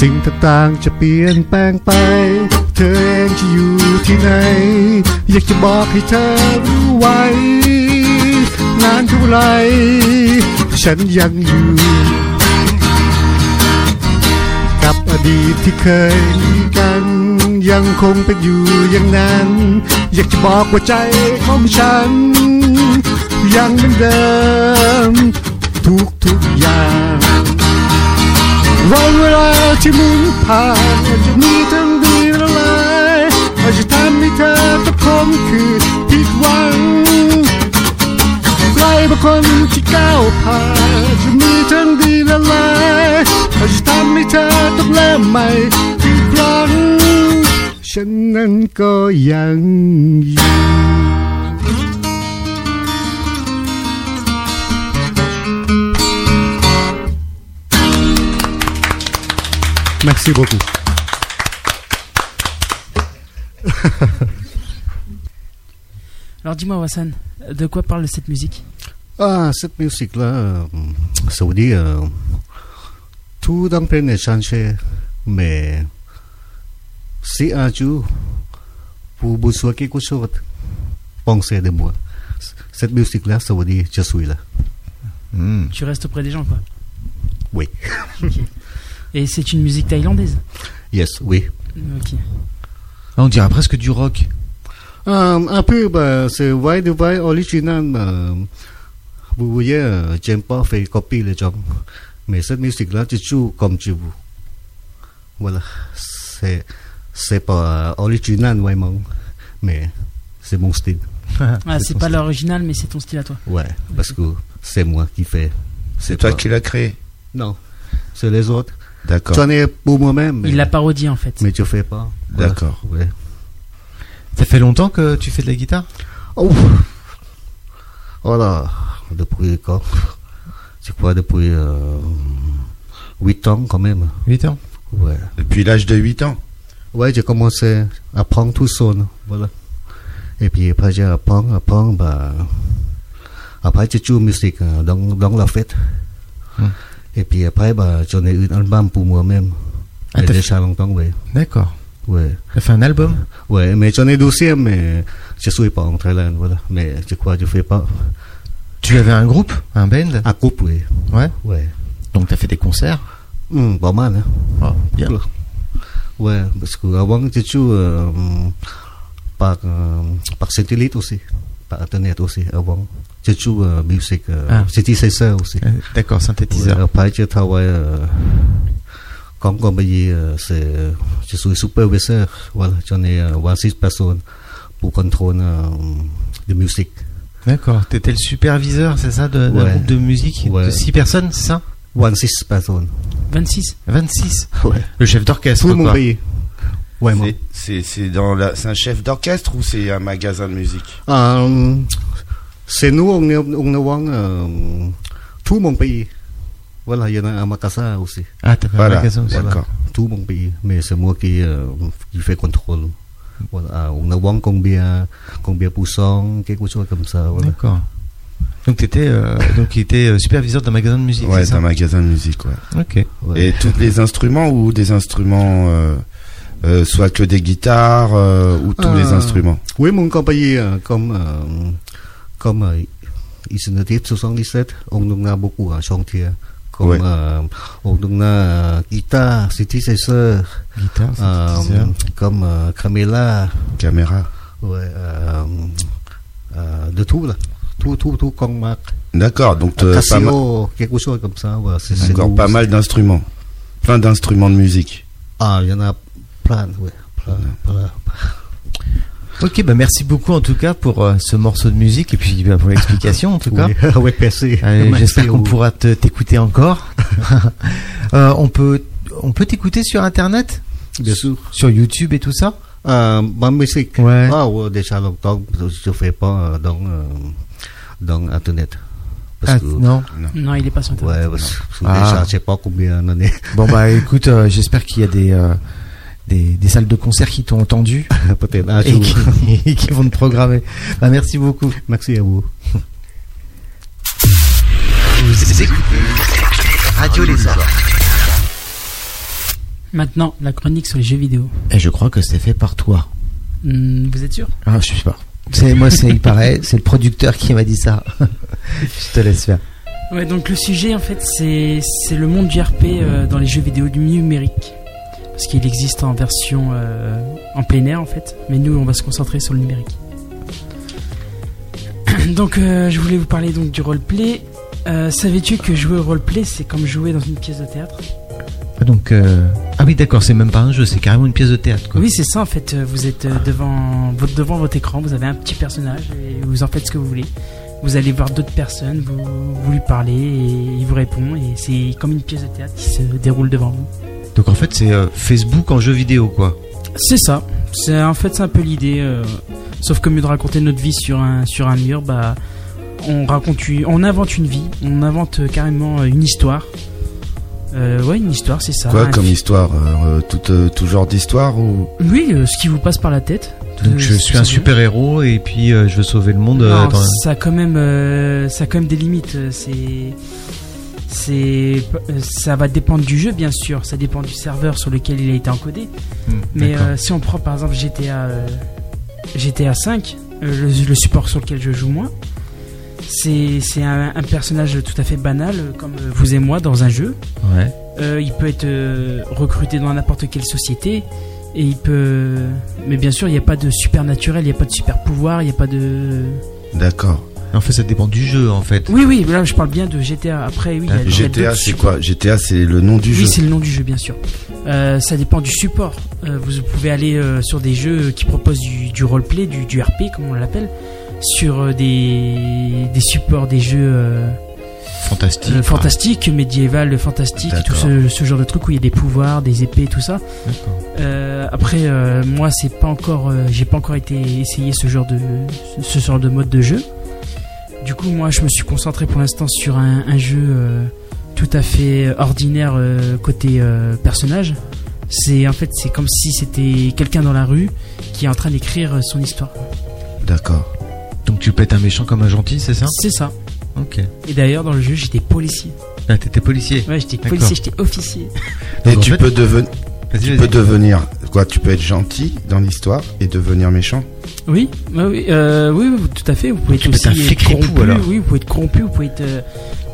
สิ่งต่างๆจะเปลี่ยนแปลงไป เธอเองจะอยู่ที่ไหน อยากจะบอกให้เธอรู้ไว้ นานเท่าไร ฉันยังอยู่ กับอดีตที่เคยมีกัน ยังคงเป็นอยู่อย่างนั้น อยากจะบอกว่าใจของฉัน ยังเหมือนเดิม ทุกๆอย่าง วันเวลาที่หมุนผ่านอาจจะมีทั้งดีและร้ายอาจจะทำให้เธอต้องคมคืนผิดหวังใครบางคนที่ก้าวผ่านอาจจะมีทั้งดีและร้ายอาจจะทำให้เธอต้องเริ่มใหม่อีกครั้งฉันนั้นก็ยังอยู่ Merci beaucoup.
Alors dis-moi Wassan, de quoi parle cette musique
Ah, cette musique-là, euh, ça veut dire euh, tout d'un peine est changé, mais si un jour vous besoin quelque chose, pensez de moi. Cette musique-là, ça veut dire je suis là.
Hmm.
Tu restes auprès des gens, quoi.
Oui.
Ok. Et c'est une musique thaïlandaise.
Yes, oui.
Ok.
On dirait presque du rock.
Euh, un peu, bah, c'est Why the Why Original. bah, vous voyez, euh, j'aime pas faire copie les gens. Mais cette musique-là, tu joues comme tu veux. Voilà. C'est, c'est pas euh, original vraiment. Mais c'est mon style.
Ah,
C'est
c'est
ton
pas
style.
l'original, mais c'est ton style à toi.
Ouais, parce que c'est moi qui fais.
C'est toi qui l'as créé
Non, c'est les autres.
D'accord.
J'en ai pour moi-même, mais,
Il l'a parodié en fait.
mais je fais pas. Voilà.
D'accord.
Ouais.
Ça fait longtemps que tu fais de la guitare
Oh Voilà, depuis quand C'est quoi, depuis euh, 8 ans quand même
8 ans.
Ouais,
Depuis l'âge de 8 ans
ouais j'ai commencé à prendre tout seul, voilà. Et puis après j'ai appris, appris, bah... Après j'ai joué musique euh, dans, dans la fête.
Hmm.
Et puis après, bah, j'en ai eu un album pour moi-même.
Ah,
Et
t'as
déjà longtemps, ouais.
D'accord.
ouais.
T'as fait un album
Ouais, mais j'en ai 12 mais je suis pas en Thaïlande, voilà. Mais je crois que je fais pas.
Tu avais un groupe Un band
À couple, oui.
Ouais.
Ouais.
Donc t'as fait des concerts
Hmm, pas mal, hein.
Oh, bien.
Ouais, parce qu'avant, je joue euh, par, euh, par satellite aussi, par Internet aussi, avant. Je joue euh, musique, euh,
Ah.
synthesizer aussi.
Euh, D'accord, synthétiseur.
Ouais, après, je travaille euh, comme compagnie, euh, c'est, euh, je suis superviseur, voilà, j'en ai euh, 26 personnes pour contrôler euh, de musique.
D'accord. T'étais le superviseur, c'est ça, de- d'un
Ouais.
groupe de musique de
Ouais.
6 personnes, c'est ça
26 personnes.
26.
26.
Ouais.
Le chef d'orchestre,
Tout mon
quoi.
pays. Ouais, moi.
C'est- C'est c'est dans la- c'est un chef d'orchestre ou c'est un magasin de musique
Euh, c'est nous, on est, on est en, euh, tout mon pays. Voilà, il y en a à Makassar aussi.
Ah, t'as fait un
Voilà.
magasin aussi.
Voilà,
D'accord.
tout mon pays. Mais c'est moi qui, euh, qui fait contrôle. Voilà, à- on est en combien, combien pour cent, quelque chose comme ça. Voilà.
D'accord. Donc t'étais, euh, donc il était euh, superviseur d'un magasin de musique,
Ouais,
c'est
c'est un
ça
magasin de musique, ouais.
Ok.
Ouais.
Et tous les instruments ou des instruments, euh, euh, soit que des guitares euh, ou tous les
Ah.
instruments
Oui, mon compagnie, euh, comme, euh, comme euh, Initiative 77, on en a beaucoup à chantier. Comme
Ouais.
euh, on en a euh, guitare, synthesizer,
Guitare,
euh,
synthétiseur.
comme euh, caméra,
Caméra
ouais, euh, euh, de tout là. Tout, tout, tout, comme marque.
D'accord, donc euh, pas mal-
Casio, quelque chose comme ça. Voilà, c'est c'est
encore
nous,
pas
c'est-
mal d'instruments. Plein d'instruments de musique.
Ah, il y en a plein, ouais. Plein, plein.
Ok, bah merci beaucoup en tout cas pour euh, ce morceau de musique et puis bah, pour l'explication en tout cas.
Oui, ouais, merci.
Euh,
Eh,
Merci
J'espère qu'on
beaucoup.
pourra te- t'écouter encore. Euh, on peut, on peut t'écouter sur internet,
Bien sûr.
sur YouTube et tout ça.
Ah,
Euh, ma musique.
Ouais.
Ah, ouais, déjà longtemps, je ne fais pas euh, dans, euh,
ah,
dans Internet. Parce
Ah,
que,
non.
Non, il est pas sur Internet.
Ouais, parce que
Ah.
déjà, je sais pas combien d'années.
Bon bah écoute, euh, j'espère qu'il y a des, euh, des des salles de concert qui t'ont entendu
Peut-être
ah,
un
et
jour.
qui, et qui vont te programmer. Bah merci beaucoup.
Merci à vous.
Vous écoutez Radio Les Arts.
Maintenant, la chronique sur les jeux vidéo.
Et je crois que c'est fait par toi.
Hmm, vous êtes sûr
Ah, je sais pas. C'est moi, c'est il paraît, c'est le producteur qui m'a dit ça. je te laisse faire.
Ouais, donc le sujet en fait, c'est c'est le monde du RP euh, dans les jeux vidéo du numérique. Parce qu'il existe en version euh, en plein air en fait, mais nous on va se concentrer sur le numérique. donc euh, je voulais vous parler donc du roleplay. Euh, Savais-tu que jouer au roleplay c'est comme jouer dans une pièce de théâtre
Donc euh, ah oui, d'accord, c'est même pas un jeu, c'est carrément une pièce de théâtre. Quoi.
Oui c'est ça en fait, euh, vous êtes euh, devant, votre- devant votre écran, vous avez un petit personnage et vous en faites ce que vous voulez. Vous allez voir d'autres personnes, vous, vous lui parlez et il vous répond et c'est comme une pièce de théâtre qui se déroule devant vous.
Donc en fait, c'est euh, Facebook en jeu vidéo, quoi.
C'est ça. C'est en fait c'est un peu l'idée. euh, sauf que mieux de raconter notre vie sur un sur un mur, bah on raconte, une- on invente une vie, on invente euh, carrément euh, une histoire. Euh, ouais, une histoire, c'est ça.
Quoi
Un
comme
fi-
histoire euh, tout, euh, tout genre d'histoire ou
Oui, euh, ce qui vous passe par la tête.
Donc
Euh,
je suis un
c'est-
super héros et puis euh, je veux sauver le monde. euh,
Non,
dans-
ça a quand même, euh, ça a quand même des limites. euh, C'est, c'est, euh, ça va dépendre du jeu, bien sûr. Ça dépend du serveur sur lequel il a été encodé.
Hmm,
Mais
d'accord.
euh, si on prend par exemple euh, GTA, euh, GTA 5, le, le support sur lequel je joue moins, C'est c'est un, un personnage tout à fait banal, euh, comme euh, vous et moi dans un jeu.
Ouais.
Euh, il peut être euh, recruté dans n'importe quelle société. Et il peut. Mais bien sûr, il n'y a pas de supernaturel, il n'y a pas de super pouvoir, il n'y a pas de.
D'accord.
En fait, ça dépend du jeu, en fait.
Oui, oui, là je parle bien de GTA. Après, oui, il y
Hein,
a- il y a
GTA,
d'autres
c'est quoi GTA, c'est le nom du
oui,
jeu.
c'est le nom du jeu, bien sûr. Euh, ça dépend du support. Euh, vous pouvez aller euh, sur des jeux qui proposent du, du roleplay, du, du RP, comme on l'appelle, sur euh, des, des supports des jeux euh,
Fantastique.
euh, fantastiques, médiéval, fantastique, tout ce, ce genre de trucs où il y a des pouvoirs, des épées, tout ça.
Ah, D'accord.
Euh, après, euh, moi, c'est pas encore, euh, j'ai pas encore été essayé ce genre de, ce, ce genre de mode de jeu. Du coup, moi, je me suis concentré pour l'instant sur un, un jeu euh, tout à fait ordinaire euh, côté euh, personnage. C'est en fait, c'est comme si c'était quelqu'un dans la rue qui est en train d'écrire euh, son histoire.
D'accord.
Donc tu pètes un méchant comme un gentil, c'est ça
C'est ça.
Ok.
Et d'ailleurs, dans le jeu, j'étais policier.
Ah, t'étais policier.
Ouais, j'étais
D'accord.
policier, j'étais officier.
Et
Donc, en
tu
fait-
peux devenir,
Vas-y,
tu
vas-y.
peux devenir quoi Tu peux être gentil dans l'histoire et devenir méchant.
Oui, oui, oui, euh, oui, oui, tout à fait. Vous pouvez
Tu
être
peux être
aussi
un flic
être corrompu.
ripou, alors.
Oui, vous pouvez être corrompu. Vous pouvez être euh,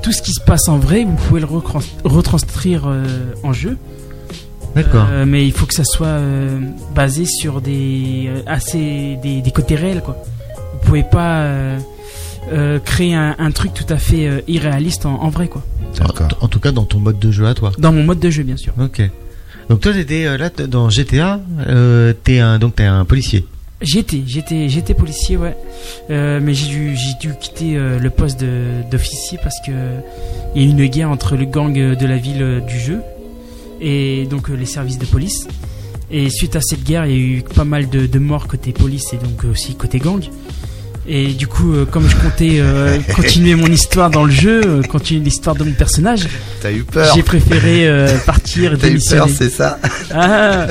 tout ce qui se passe en vrai. Vous pouvez le recran- retranscrire euh, en jeu.
D'accord.
Euh, mais il faut que ça soit euh, basé sur des euh, assez des, des côtés réels, quoi. Vous pouvez pas euh, euh, créer un, un truc tout à fait euh, irréaliste en, en vrai, quoi.
D'accord.
En, en tout cas, dans ton mode de jeu à toi.
Dans mon mode de jeu, bien sûr.
Ok. Donc toi, t'étais euh, là t- dans GTA. Euh, t'es un donc t'es un policier.
J'étais, j'étais, j'étais policier, ouais. Euh, mais j'ai dû, j'ai dû quitter euh, le poste de- d'officier parce que il y a eu une guerre entre le gang euh, de la ville euh, du jeu et donc euh, les services de police. Et suite à cette guerre, il y a eu pas mal de, de morts côté police et donc euh, aussi côté gang. Et du coup, euh, comme je comptais euh, continuer mon histoire dans le jeu, euh, continuer l'histoire de mon personnage,
T'as eu peur.
j'ai préféré euh, partir et
T'as eu peur,
démissionner.
c'est ça
Ah.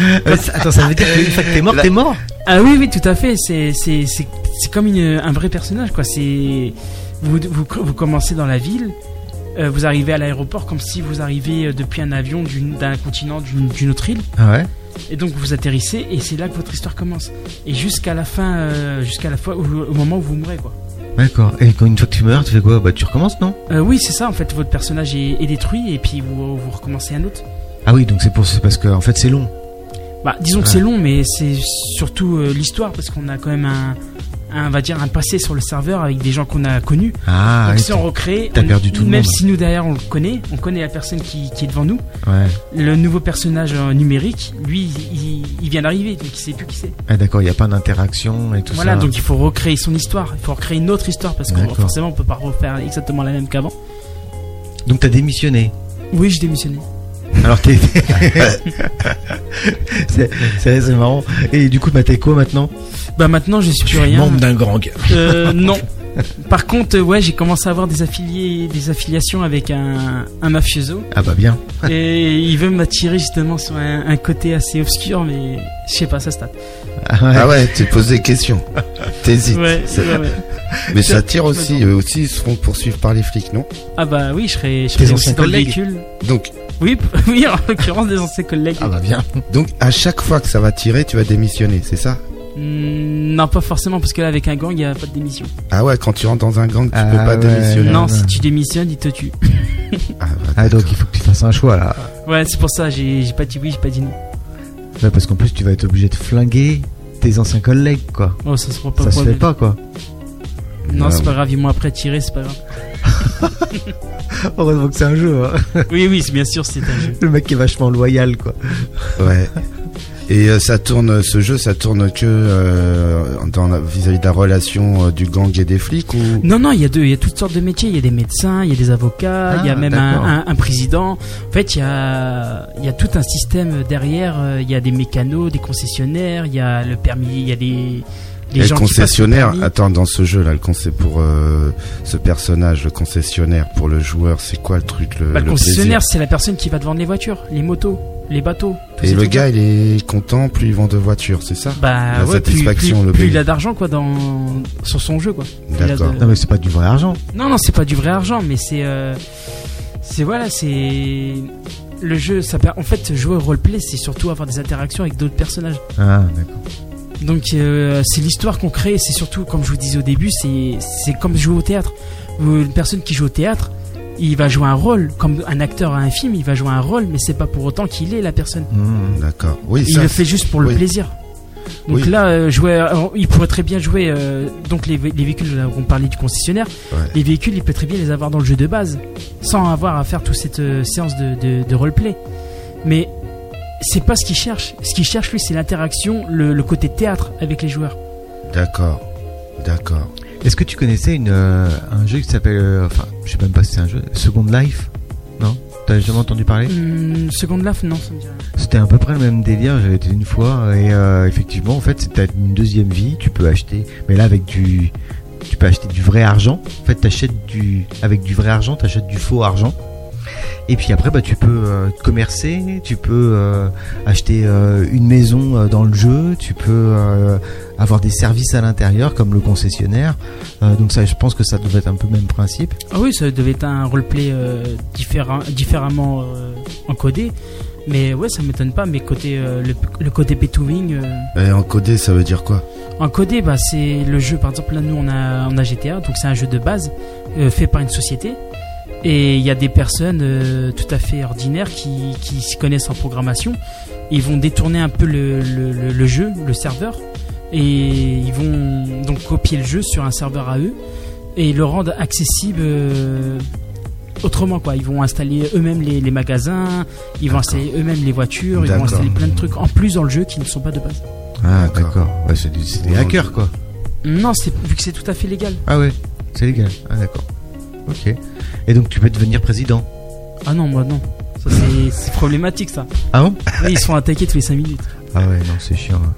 Euh, ça- attends, ça veut dire qu'une fois que t'es mort,
Là-
t'es mort.
Ah oui, oui, tout à fait. C'est, c'est, c'est, c'est comme une, un vrai personnage, quoi. C'est, vous, vous, vous commencez dans la ville, euh, vous arrivez à l'aéroport comme si vous arrivez euh, depuis un avion d'une, d'un continent, d'une, d'une autre île,
Ah ouais.
et donc vous atterrissez, et c'est là que votre histoire commence. Et jusqu'à la fin, euh, jusqu'à la fois, au, au moment où vous mourrez, quoi.
D'accord. Et quand une fois que tu meurs, tu fais quoi Bah tu recommences, non
Euh, oui, c'est ça, en fait, votre personnage est, est détruit, et puis vous, vous recommencez un autre.
Ah oui, donc c'est pour c'est parce que en fait c'est long.
Bah, disons que
Ouais.
c'est long, mais c'est surtout euh, l'histoire, parce qu'on a quand même un, un, on va dire, un passé sur le serveur avec des gens qu'on a connus.
Ah.
Donc
oui,
si on recrée,
t'as
on-
perdu tout le
même
monde.
si nous derrière on le connaît, on connaît la personne qui, qui est devant nous,
ouais.
le nouveau personnage euh, numérique, lui, il, il- il vient d'arriver, donc il sait plus qui c'est.
Ah d'accord, il y a pas d'interaction et tout
Voilà,
ça.
donc il faut recréer son histoire, il faut recréer une autre histoire, parce que
D'accord.
forcément on peut pas refaire exactement la même qu'avant.
Donc t'as démissionné.
Oui, j'ai démissionné.
Alors t'es. c'est, c'est, c'est marrant. Et du coup, bah t'es quoi maintenant
Bah maintenant je suis plus rien.
membre d'un gang.
Euh, non. Par contre, euh, ouais, j'ai commencé à avoir des affiliés, des affiliations avec un, un mafioso,
Ah bah bien.
et il veut m'attirer justement sur un, un côté assez obscur, mais je sais pas, ça se tape.
Ah ouais.
Ah ouais, tu poses des questions. T'hésites.
Ouais,
C'est-
ouais, ouais.
Mais ça tire aussi. Eux aussi, ils seront poursuivre par les flics, non
Ah bah oui, je serais, je
Tes
serais
anciens
aussi dans le
collègues.
véhicule.
Donc,
Oui, p- oui, en l'occurrence des anciens collègues.
Ah bah bien.
donc à chaque fois que ça va tirer, tu vas démissionner, c'est ça
Mm, non, pas forcément, parce que là, avec un gang, il n'y a pas de démission.
Ah ouais, quand tu rentres dans un gang, tu
Ah
peux pas
ouais.
démissionner.
Euh,
non,
non.
si tu démissionnes, il te tue.
Ah, bah,
Ah donc
d'accord.
il faut que tu fasses un choix là.
Ouais, c'est pour ça, j'ai j'ai pas dit oui, j'ai pas dit non.
Ouais, parce qu'en plus tu vas être obligé de flinguer tes anciens collègues quoi.
Oh, ça se prend pas
Ça
le
se fait
problème.
pas Ah quoi.
Non,
Ouais,
c'est pas grave, ils m'ont après tiré, c'est pas grave.
Heureusement que c'est un jeu. hein.
Oui, oui, c'est- bien sûr, c'est un jeu.
Le mec est vachement loyal quoi.
bah, Ouais. Et euh, ça tourne, ce jeu, ça tourne que euh, dans la- vis-à-vis de la relation euh, du gang et des flics ou
Non, non, il y a deux, il y a toutes sortes de métiers. Il y a des médecins, il y a des avocats, il y a
Ah,
même un,
d'accord.
un- un président. En fait, il y a, il y a tout un système derrière. euh, Il y a des mécanos, des concessionnaires, il y a le permis, il y a des,
Et
les
le
gens qui passent le
concessionnaire.
permis.
Attends, dans ce jeu là, le conce- pour euh, ce personnage, le concessionnaire pour le joueur, c'est quoi le truc le,
Bah, le
le
concessionnaire, c'est la personne qui va te vendre les voitures, les motos, les bateaux. tous
plaisir
ces
Et le
trucs-là.
gars, il est content, plus il vend de voitures, c'est ça
bah,
la
ouais, plus-
satisfaction,
plus,
le
plus
plaisir.
il a d'argent quoi dans sur son jeu quoi. Plus il a de-
D'accord.
Non mais c'est pas du vrai argent.
Non non, c'est pas du vrai argent, mais c'est euh, c'est voilà, c'est le jeu. Ça per- en fait jouer au roleplay, c'est surtout avoir des interactions avec d'autres personnages.
Ah d'accord.
Donc euh, c'est l'histoire qu'on crée, c'est surtout, comme je vous disais au début, c'est c'est comme jouer au théâtre. Vous- Une personne qui joue au théâtre, il va jouer un rôle, comme un acteur à un film, il va jouer un rôle, mais c'est pas pour autant qu'il est la personne.
Hmm, D'accord. Oui,
il
ça,
le fait juste pour le
oui.
plaisir. Donc
Oui.
là, euh, jouer, alors, il pourrait très bien jouer. euh, donc les, vé- les véhicules, là, on parlait du concessionnaire.
Ouais.
Les véhicules, il peut très bien les avoir dans le jeu de base, sans avoir à faire toute cette euh, séance de, de, de roleplay. Mais c'est pas ce qu'il cherche. Ce qu'il cherche, lui, c'est l'interaction, le, le côté théâtre avec les joueurs.
D'accord. D'accord.
Est-ce que tu connaissais une, euh, un jeu qui s'appelle. euh, enfin, je sais même pas si c'est un jeu. Second Life Non T'as jamais entendu parler
Hum, seconde laf, non, ça me dit rien.
C'était à peu près le même délire, j'avais été une fois, et euh, effectivement, en fait, c'est- t'as une deuxième vie, tu peux acheter, mais là, avec du. Tu peux acheter du vrai argent. En fait, t'achètes du. Avec du vrai argent, t'achètes du faux argent. Et puis après, bah, tu peux euh, commercer, tu peux euh, acheter euh, une maison euh, dans le jeu, tu peux euh, avoir des services à l'intérieur, comme le concessionnaire. Euh, donc, ça, je pense que ça devrait être un peu le même principe.
Ah oui, ça devait être un roleplay euh, différent, différemment euh, encodé. Mais ouais, ça m'étonne pas. Mais côté euh, le, le côté P2Wing. euh,
Et encodé, ça veut dire quoi
Encodé, bah, c'est le jeu, par exemple, là nous on a, on a GTA, donc c'est un jeu de base euh, fait par une société. Et il y a des personnes euh, tout à fait ordinaires qui, qui s'y connaissent en programmation. Ils vont détourner un peu le, le- le- le jeu, le serveur, et ils vont donc copier le jeu sur un serveur à eux et le rendre accessible euh, autrement. quoi. Ils vont installer eux-mêmes les, les magasins, ils vont installer eux-mêmes les voitures, ils vont
D'accord.
installer plein de trucs en plus dans le jeu qui ne sont pas de base.
Ah,
D'accord.
Ouais, c'est du- c'est des hackers, quoi.
Non, c'est vu que c'est tout à fait légal.
Ah ouais, c'est légal. Ah d'accord. Ok. Et donc tu peux devenir président.
Ah non, moi non. Ça, c'est- c'est problématique ça.
Ah bon
Oui, ils sont attaqués tous les 5 minutes.
Ah ouais, non, c'est chiant. hein.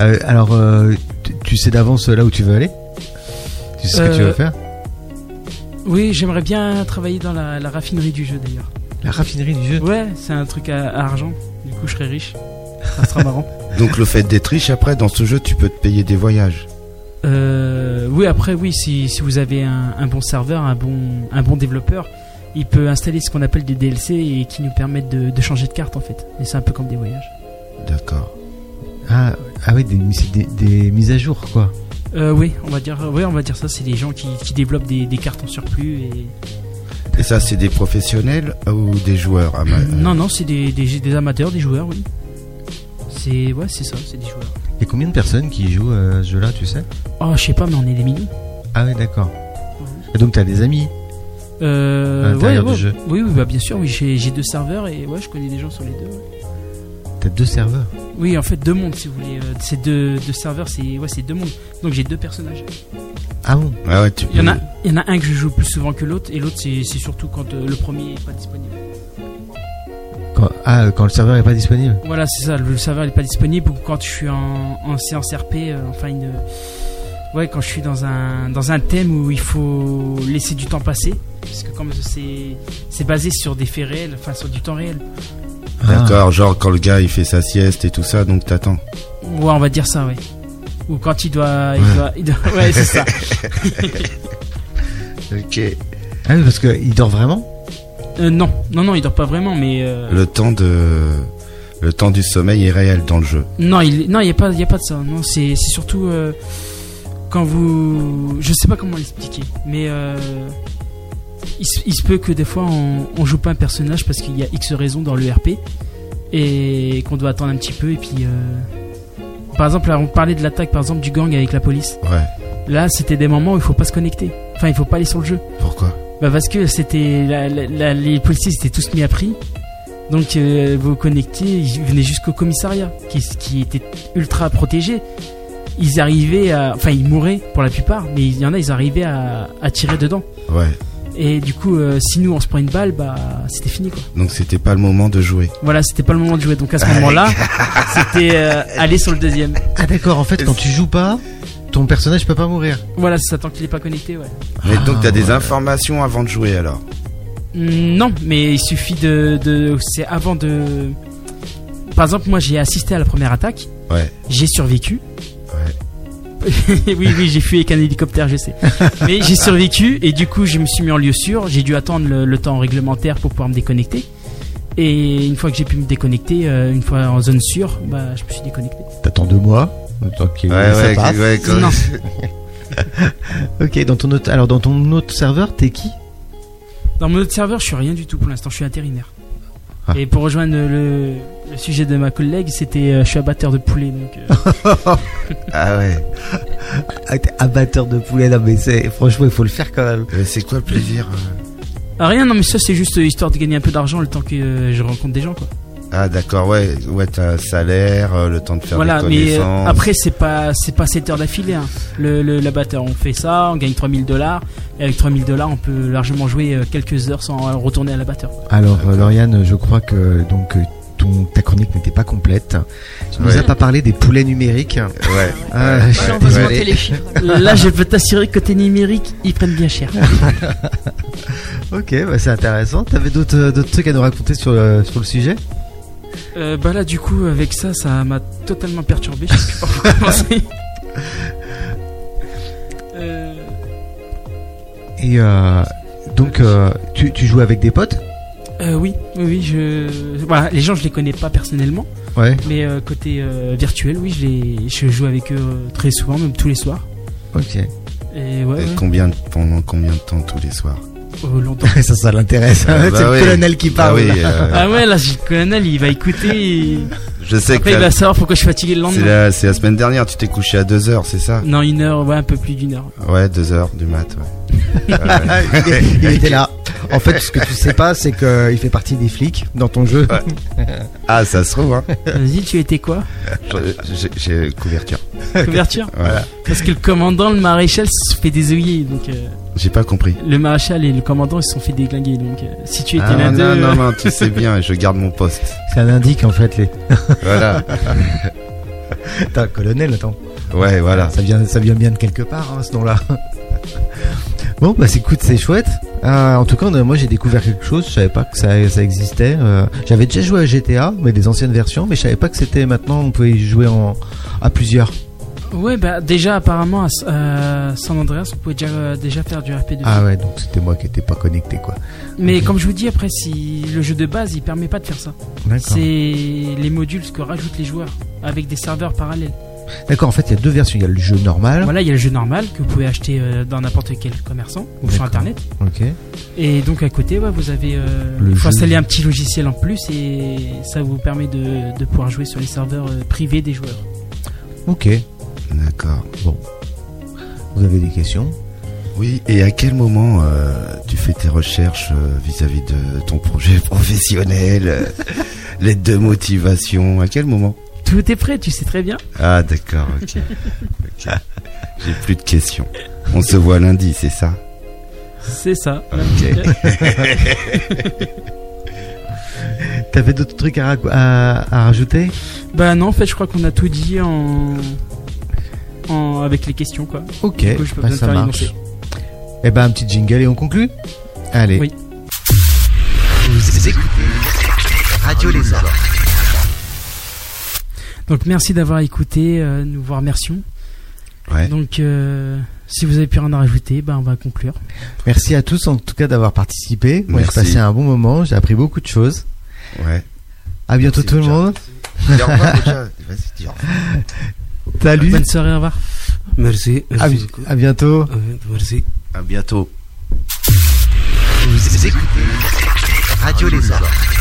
Euh, alors, euh, tu, tu sais d'avance là où tu veux aller Tu sais ce que tu
Euh,
veux faire
Oui, j'aimerais bien travailler dans la, la raffinerie du jeu d'ailleurs.
La raffinerie du jeu
Ouais, c'est un truc à, à argent. Du coup, je serais riche. Ça sera marrant.
Donc le fait d'être riche, après, dans ce jeu, tu peux te payer des voyages.
Euh, oui, après, oui, si, si vous avez un, un bon serveur, un bon, un bon développeur, il peut installer ce qu'on appelle des DLC et qui nous permettent de, de changer de carte en fait. Et c'est un peu comme des voyages.
D'accord.
Ah, ah oui, des, mis- des, des mises à jour quoi.
Euh, oui, on va dire, oui, on va dire ça. C'est les gens qui, qui développent des, des cartes en surplus et
Et ça, c'est des professionnels euh, ou des joueurs ah, bah, ama-
Non, non, c'est des, des, des amateurs, des joueurs, oui. C'est ouais, c'est ça, c'est des joueurs.
Il y a combien de personnes qui jouent euh, à ce jeu-là, tu sais
Oh, je sais pas, mais on est des millions.
Ah ouais, d'accord. Et donc t'as des amis À
Euh,
l'intérieur
ouais,
du
ouais.
jeu.
Oui, oui, bah bien sûr, oui, j'ai j'ai deux serveurs et ouais, je connais des gens sur les deux. ouais.
T'as deux serveurs
Oui, en fait, deux mondes, si vous voulez. euh, Ces deux, deux serveurs, c'est ouais, c'est deux mondes. Donc j'ai deux personnages.
Ah bon
Ah ouais, tu
Il y en a,
peux-
il y en a un que je joue plus souvent que l'autre et l'autre c'est c'est surtout quand euh, le premier est pas disponible.
quand, Ah, euh, quand le serveur est pas disponible
Voilà, c'est ça, le serveur n'est pas disponible ou quand je suis en, en séance RP, euh, enfin une. Ouais, quand je suis dans un, dans un thème où il faut laisser du temps passer, parce que comme c'est c'est basé sur des faits réels, enfin sur du temps réel.
Ah.
D'accord, genre quand le gars il fait sa sieste et tout ça, donc t'attends.
Ouais, on va dire ça, ouais. Ou quand il doit. Il doit, il doit- ouais, c'est ça.
Ok.
Ah oui, parce qu'il dort vraiment
Euh, non, non, non, il dort pas vraiment, mais. euh,
Le temps de. Le temps du sommeil est réel dans le jeu.
Non, il non, y a pas, y a pas de ça. Non, c'est c'est surtout euh, quand vous, je sais pas comment l'expliquer, mais euh, il, se- il se peut que des fois on, on joue pas un personnage parce qu'il y a X raisons dans le RP et qu'on doit attendre un petit peu et puis. euh, Par exemple, là, on parlait de l'attaque par exemple du gang avec la police.
Ouais.
Là, c'était des moments où il faut pas se connecter. Enfin, il faut pas aller sur le jeu.
Pourquoi
Bah parce que c'était la- la- la- les policiers étaient tous mis à prix. Donc euh, vous connectez, ils venaient jusqu'au commissariat qui, qui était ultra protégé. Ils arrivaient à enfin ils mouraient pour la plupart, mais il y en a ils arrivaient à, à tirer dedans.
Ouais.
Et du coup euh, si nous on se prend une balle, bah c'était fini quoi.
Donc c'était pas le moment de jouer.
Voilà, c'était pas le moment de jouer. Donc à ce moment-là, c'était euh, aller sur le deuxième.
Ah d'accord, en fait, quand tu joues pas, ton personnage peut pas mourir.
Voilà, c'est ça tant qu'il est pas connecté, ouais.
Mais
Ah,
donc t'as des
ouais.
informations avant de jouer alors.
Mm, Non, mais il suffit de, de c'est avant de. Par exemple, moi j'ai assisté à la première attaque.
Ouais.
J'ai survécu. oui, oui, j'ai fui avec un hélicoptère, je sais. Mais j'ai survécu et du coup, je me suis mis en lieu sûr. J'ai dû attendre le, le temps réglementaire pour pouvoir me déconnecter. Et une fois que j'ai pu me déconnecter, euh, une fois en zone sûre, bah, je me suis déconnecté.
T'attends deux mois. le temps qu'il y ait-
Ouais,
ça
ouais,
passe.
ouais, quand-
Non.
ok, dans ton autre, alors dans ton autre serveur, t'es qui
Dans mon autre serveur, je suis rien du tout pour l'instant, je suis intérimaire.
Ah.
Et pour rejoindre le, le sujet de ma collègue, c'était euh, je suis abatteur de poulet. Donc, euh,
Ah ouais.
Ah, t'es abatteur de poulet, non mais c'est franchement il faut le faire quand même.
Mais c'est quoi le plaisir euh
ah, rien, non, mais ça c'est juste euh, histoire de gagner un peu d'argent le temps que euh, je rencontre des gens. Quoi.
Ah d'accord, ouais, ouais, t'as un salaire, euh, le temps de faire
Voilà,
des
mais euh,
connaissances.
après c'est pas c'est pas 7 heures d'affilée. Hein. Le, le l'abatteur, on fait ça, on gagne 3000 dollars. Et avec 3000 dollars, on peut largement jouer euh, quelques heures sans euh, retourner à l'abatteur.
Alors euh, Lauriane, je crois que donc euh, ton ta chronique n'était pas complète. Tu nous
Ouais.
as pas parlé des poulets numériques.
Ouais.
Ah,
ouais,
j'ai
J'ai
ouais,
envie de
ouais.
monter les chiffres.
Là, je peux t'assurer que côté numérique, ils prennent bien cher.
Ok, bah, c'est intéressant. T'avais d'autres euh, d'autres trucs à nous raconter sur le, sur le sujet
Euh, bah là, du coup, avec ça, ça m'a totalement perturbé. Je sais plus par où commencer. Euh,
Et euh, donc euh, tu, tu joues avec des potes
euh, oui, oui, oui, je. Voilà, les gens, je les connais pas personnellement,
Ouais.
mais euh, côté euh, virtuel, oui, je, les... je joue avec eux euh, très souvent, même tous les soirs.
Ok.
Et ouais,
Et
ouais,
combien de- pendant combien de temps tous les soirs
euh, longtemps.
ça, ça l'intéresse.
Ah,
c'est
bah
le
oui.
colonel qui
Ah
parle.
oui, euh,
Ah ouais, là, j'ai le colonel, il va écouter. et
je sais
Après,
que
il
la-
va savoir pourquoi je suis fatigué le
c'est
lendemain.
la, c'est la semaine dernière, tu t'es couché à 2 heures, c'est ça
Non, une heure, ouais, un peu plus d'une heure.
Ouais, 2 heures du mat, ouais.
Ah,
Ouais.
il, il était là. En fait, ce que tu sais pas, c'est qu'il fait partie des flics dans ton jeu.
Ah, ça se trouve, hein.
Vas-y, tu étais quoi
J'ai- J'ai couverture.
Couverture
Voilà.
Parce que le commandant, le maréchal, se fait des œillets, donc. euh,
J'ai pas compris.
Le maréchal et le commandant ils se sont fait déglinguer donc euh, si tu étais
Ah,
l'un
non,
d'eux.
non, non, tu sais bien, je garde mon poste.
Ça l'indique en fait les.
Voilà.
Attends, colonel, attends. Bah,
Ouais, voilà.
Ça vient, ça vient bien de quelque part, hein, ce nom-là. bon, bah, c'est- écoute, c'est chouette. Euh, en tout cas, on a- moi, j'ai découvert quelque chose. Je savais pas que ça, ça existait. Euh, J'avais déjà joué à GTA, mais des anciennes versions, mais je savais pas que c'était maintenant. On pouvait y jouer en, à plusieurs.
Ouais bah déjà apparemment à S- euh, San Andreas on pouvait déjà, euh, déjà faire du RP2.
Ah ouais, donc c'était moi qui étais pas connecté, quoi.
Mais
ok.
comme je vous dis après si le jeu de base il permet pas de faire ça.
D'accord.
C'est les modules que rajoutent les joueurs avec des serveurs parallèles.
D'accord. En fait, il y a deux versions. Il y a le jeu normal.
Voilà il y a le jeu normal que vous pouvez acheter euh, dans n'importe quel commerçant ou sur
D'accord.
internet.
Ok.
Et donc à côté ouais, vous avez euh,
Le
il faut
jeu.
installer un petit logiciel en plus et ça vous permet de, de pouvoir jouer sur les serveurs euh, privés des joueurs.
Ok.
D'accord.
Vous avez des questions
Oui, et à quel moment euh, tu fais tes recherches euh, vis-à-vis de ton projet professionnel, euh, l'aide de motivation, à quel moment
Tout est prêt tu sais très bien.
Ah, d'accord, ok. Ok. J'ai plus de questions. On se voit lundi, c'est ça
C'est ça.
Ok.
T'avais d'autres trucs à, rac- à, à rajouter
Bah non, en fait, je crois qu'on a tout dit en... en avec les questions quoi.
Ok.
coup, je peux
bah,
bien
ça
faire
marche.
énoncer.
Eh ben, un petit jingle et on conclut. Allez.
Oui.
Vous écoutez Radio Les Arts.
Donc merci d'avoir écouté, euh, nous vous remercions.
Ouais.
Donc euh, si vous avez plus rien à rajouter, bah, on va conclure.
Merci à tous en tout cas d'avoir participé. Moi j'ai
Merci.
passé un bon moment, j'ai appris beaucoup de choses.
Ouais.
À bientôt
Merci,
tout le
ciao.
monde.
Dis au revoir, déjà. Vas-y, dis au revoir.
Salut.
Bonne soirée, au revoir.
Merci,
À,
merci. beaucoup.
à bientôt.
Euh, Merci.
À bientôt.
Vous écoutez Radio Les Arts.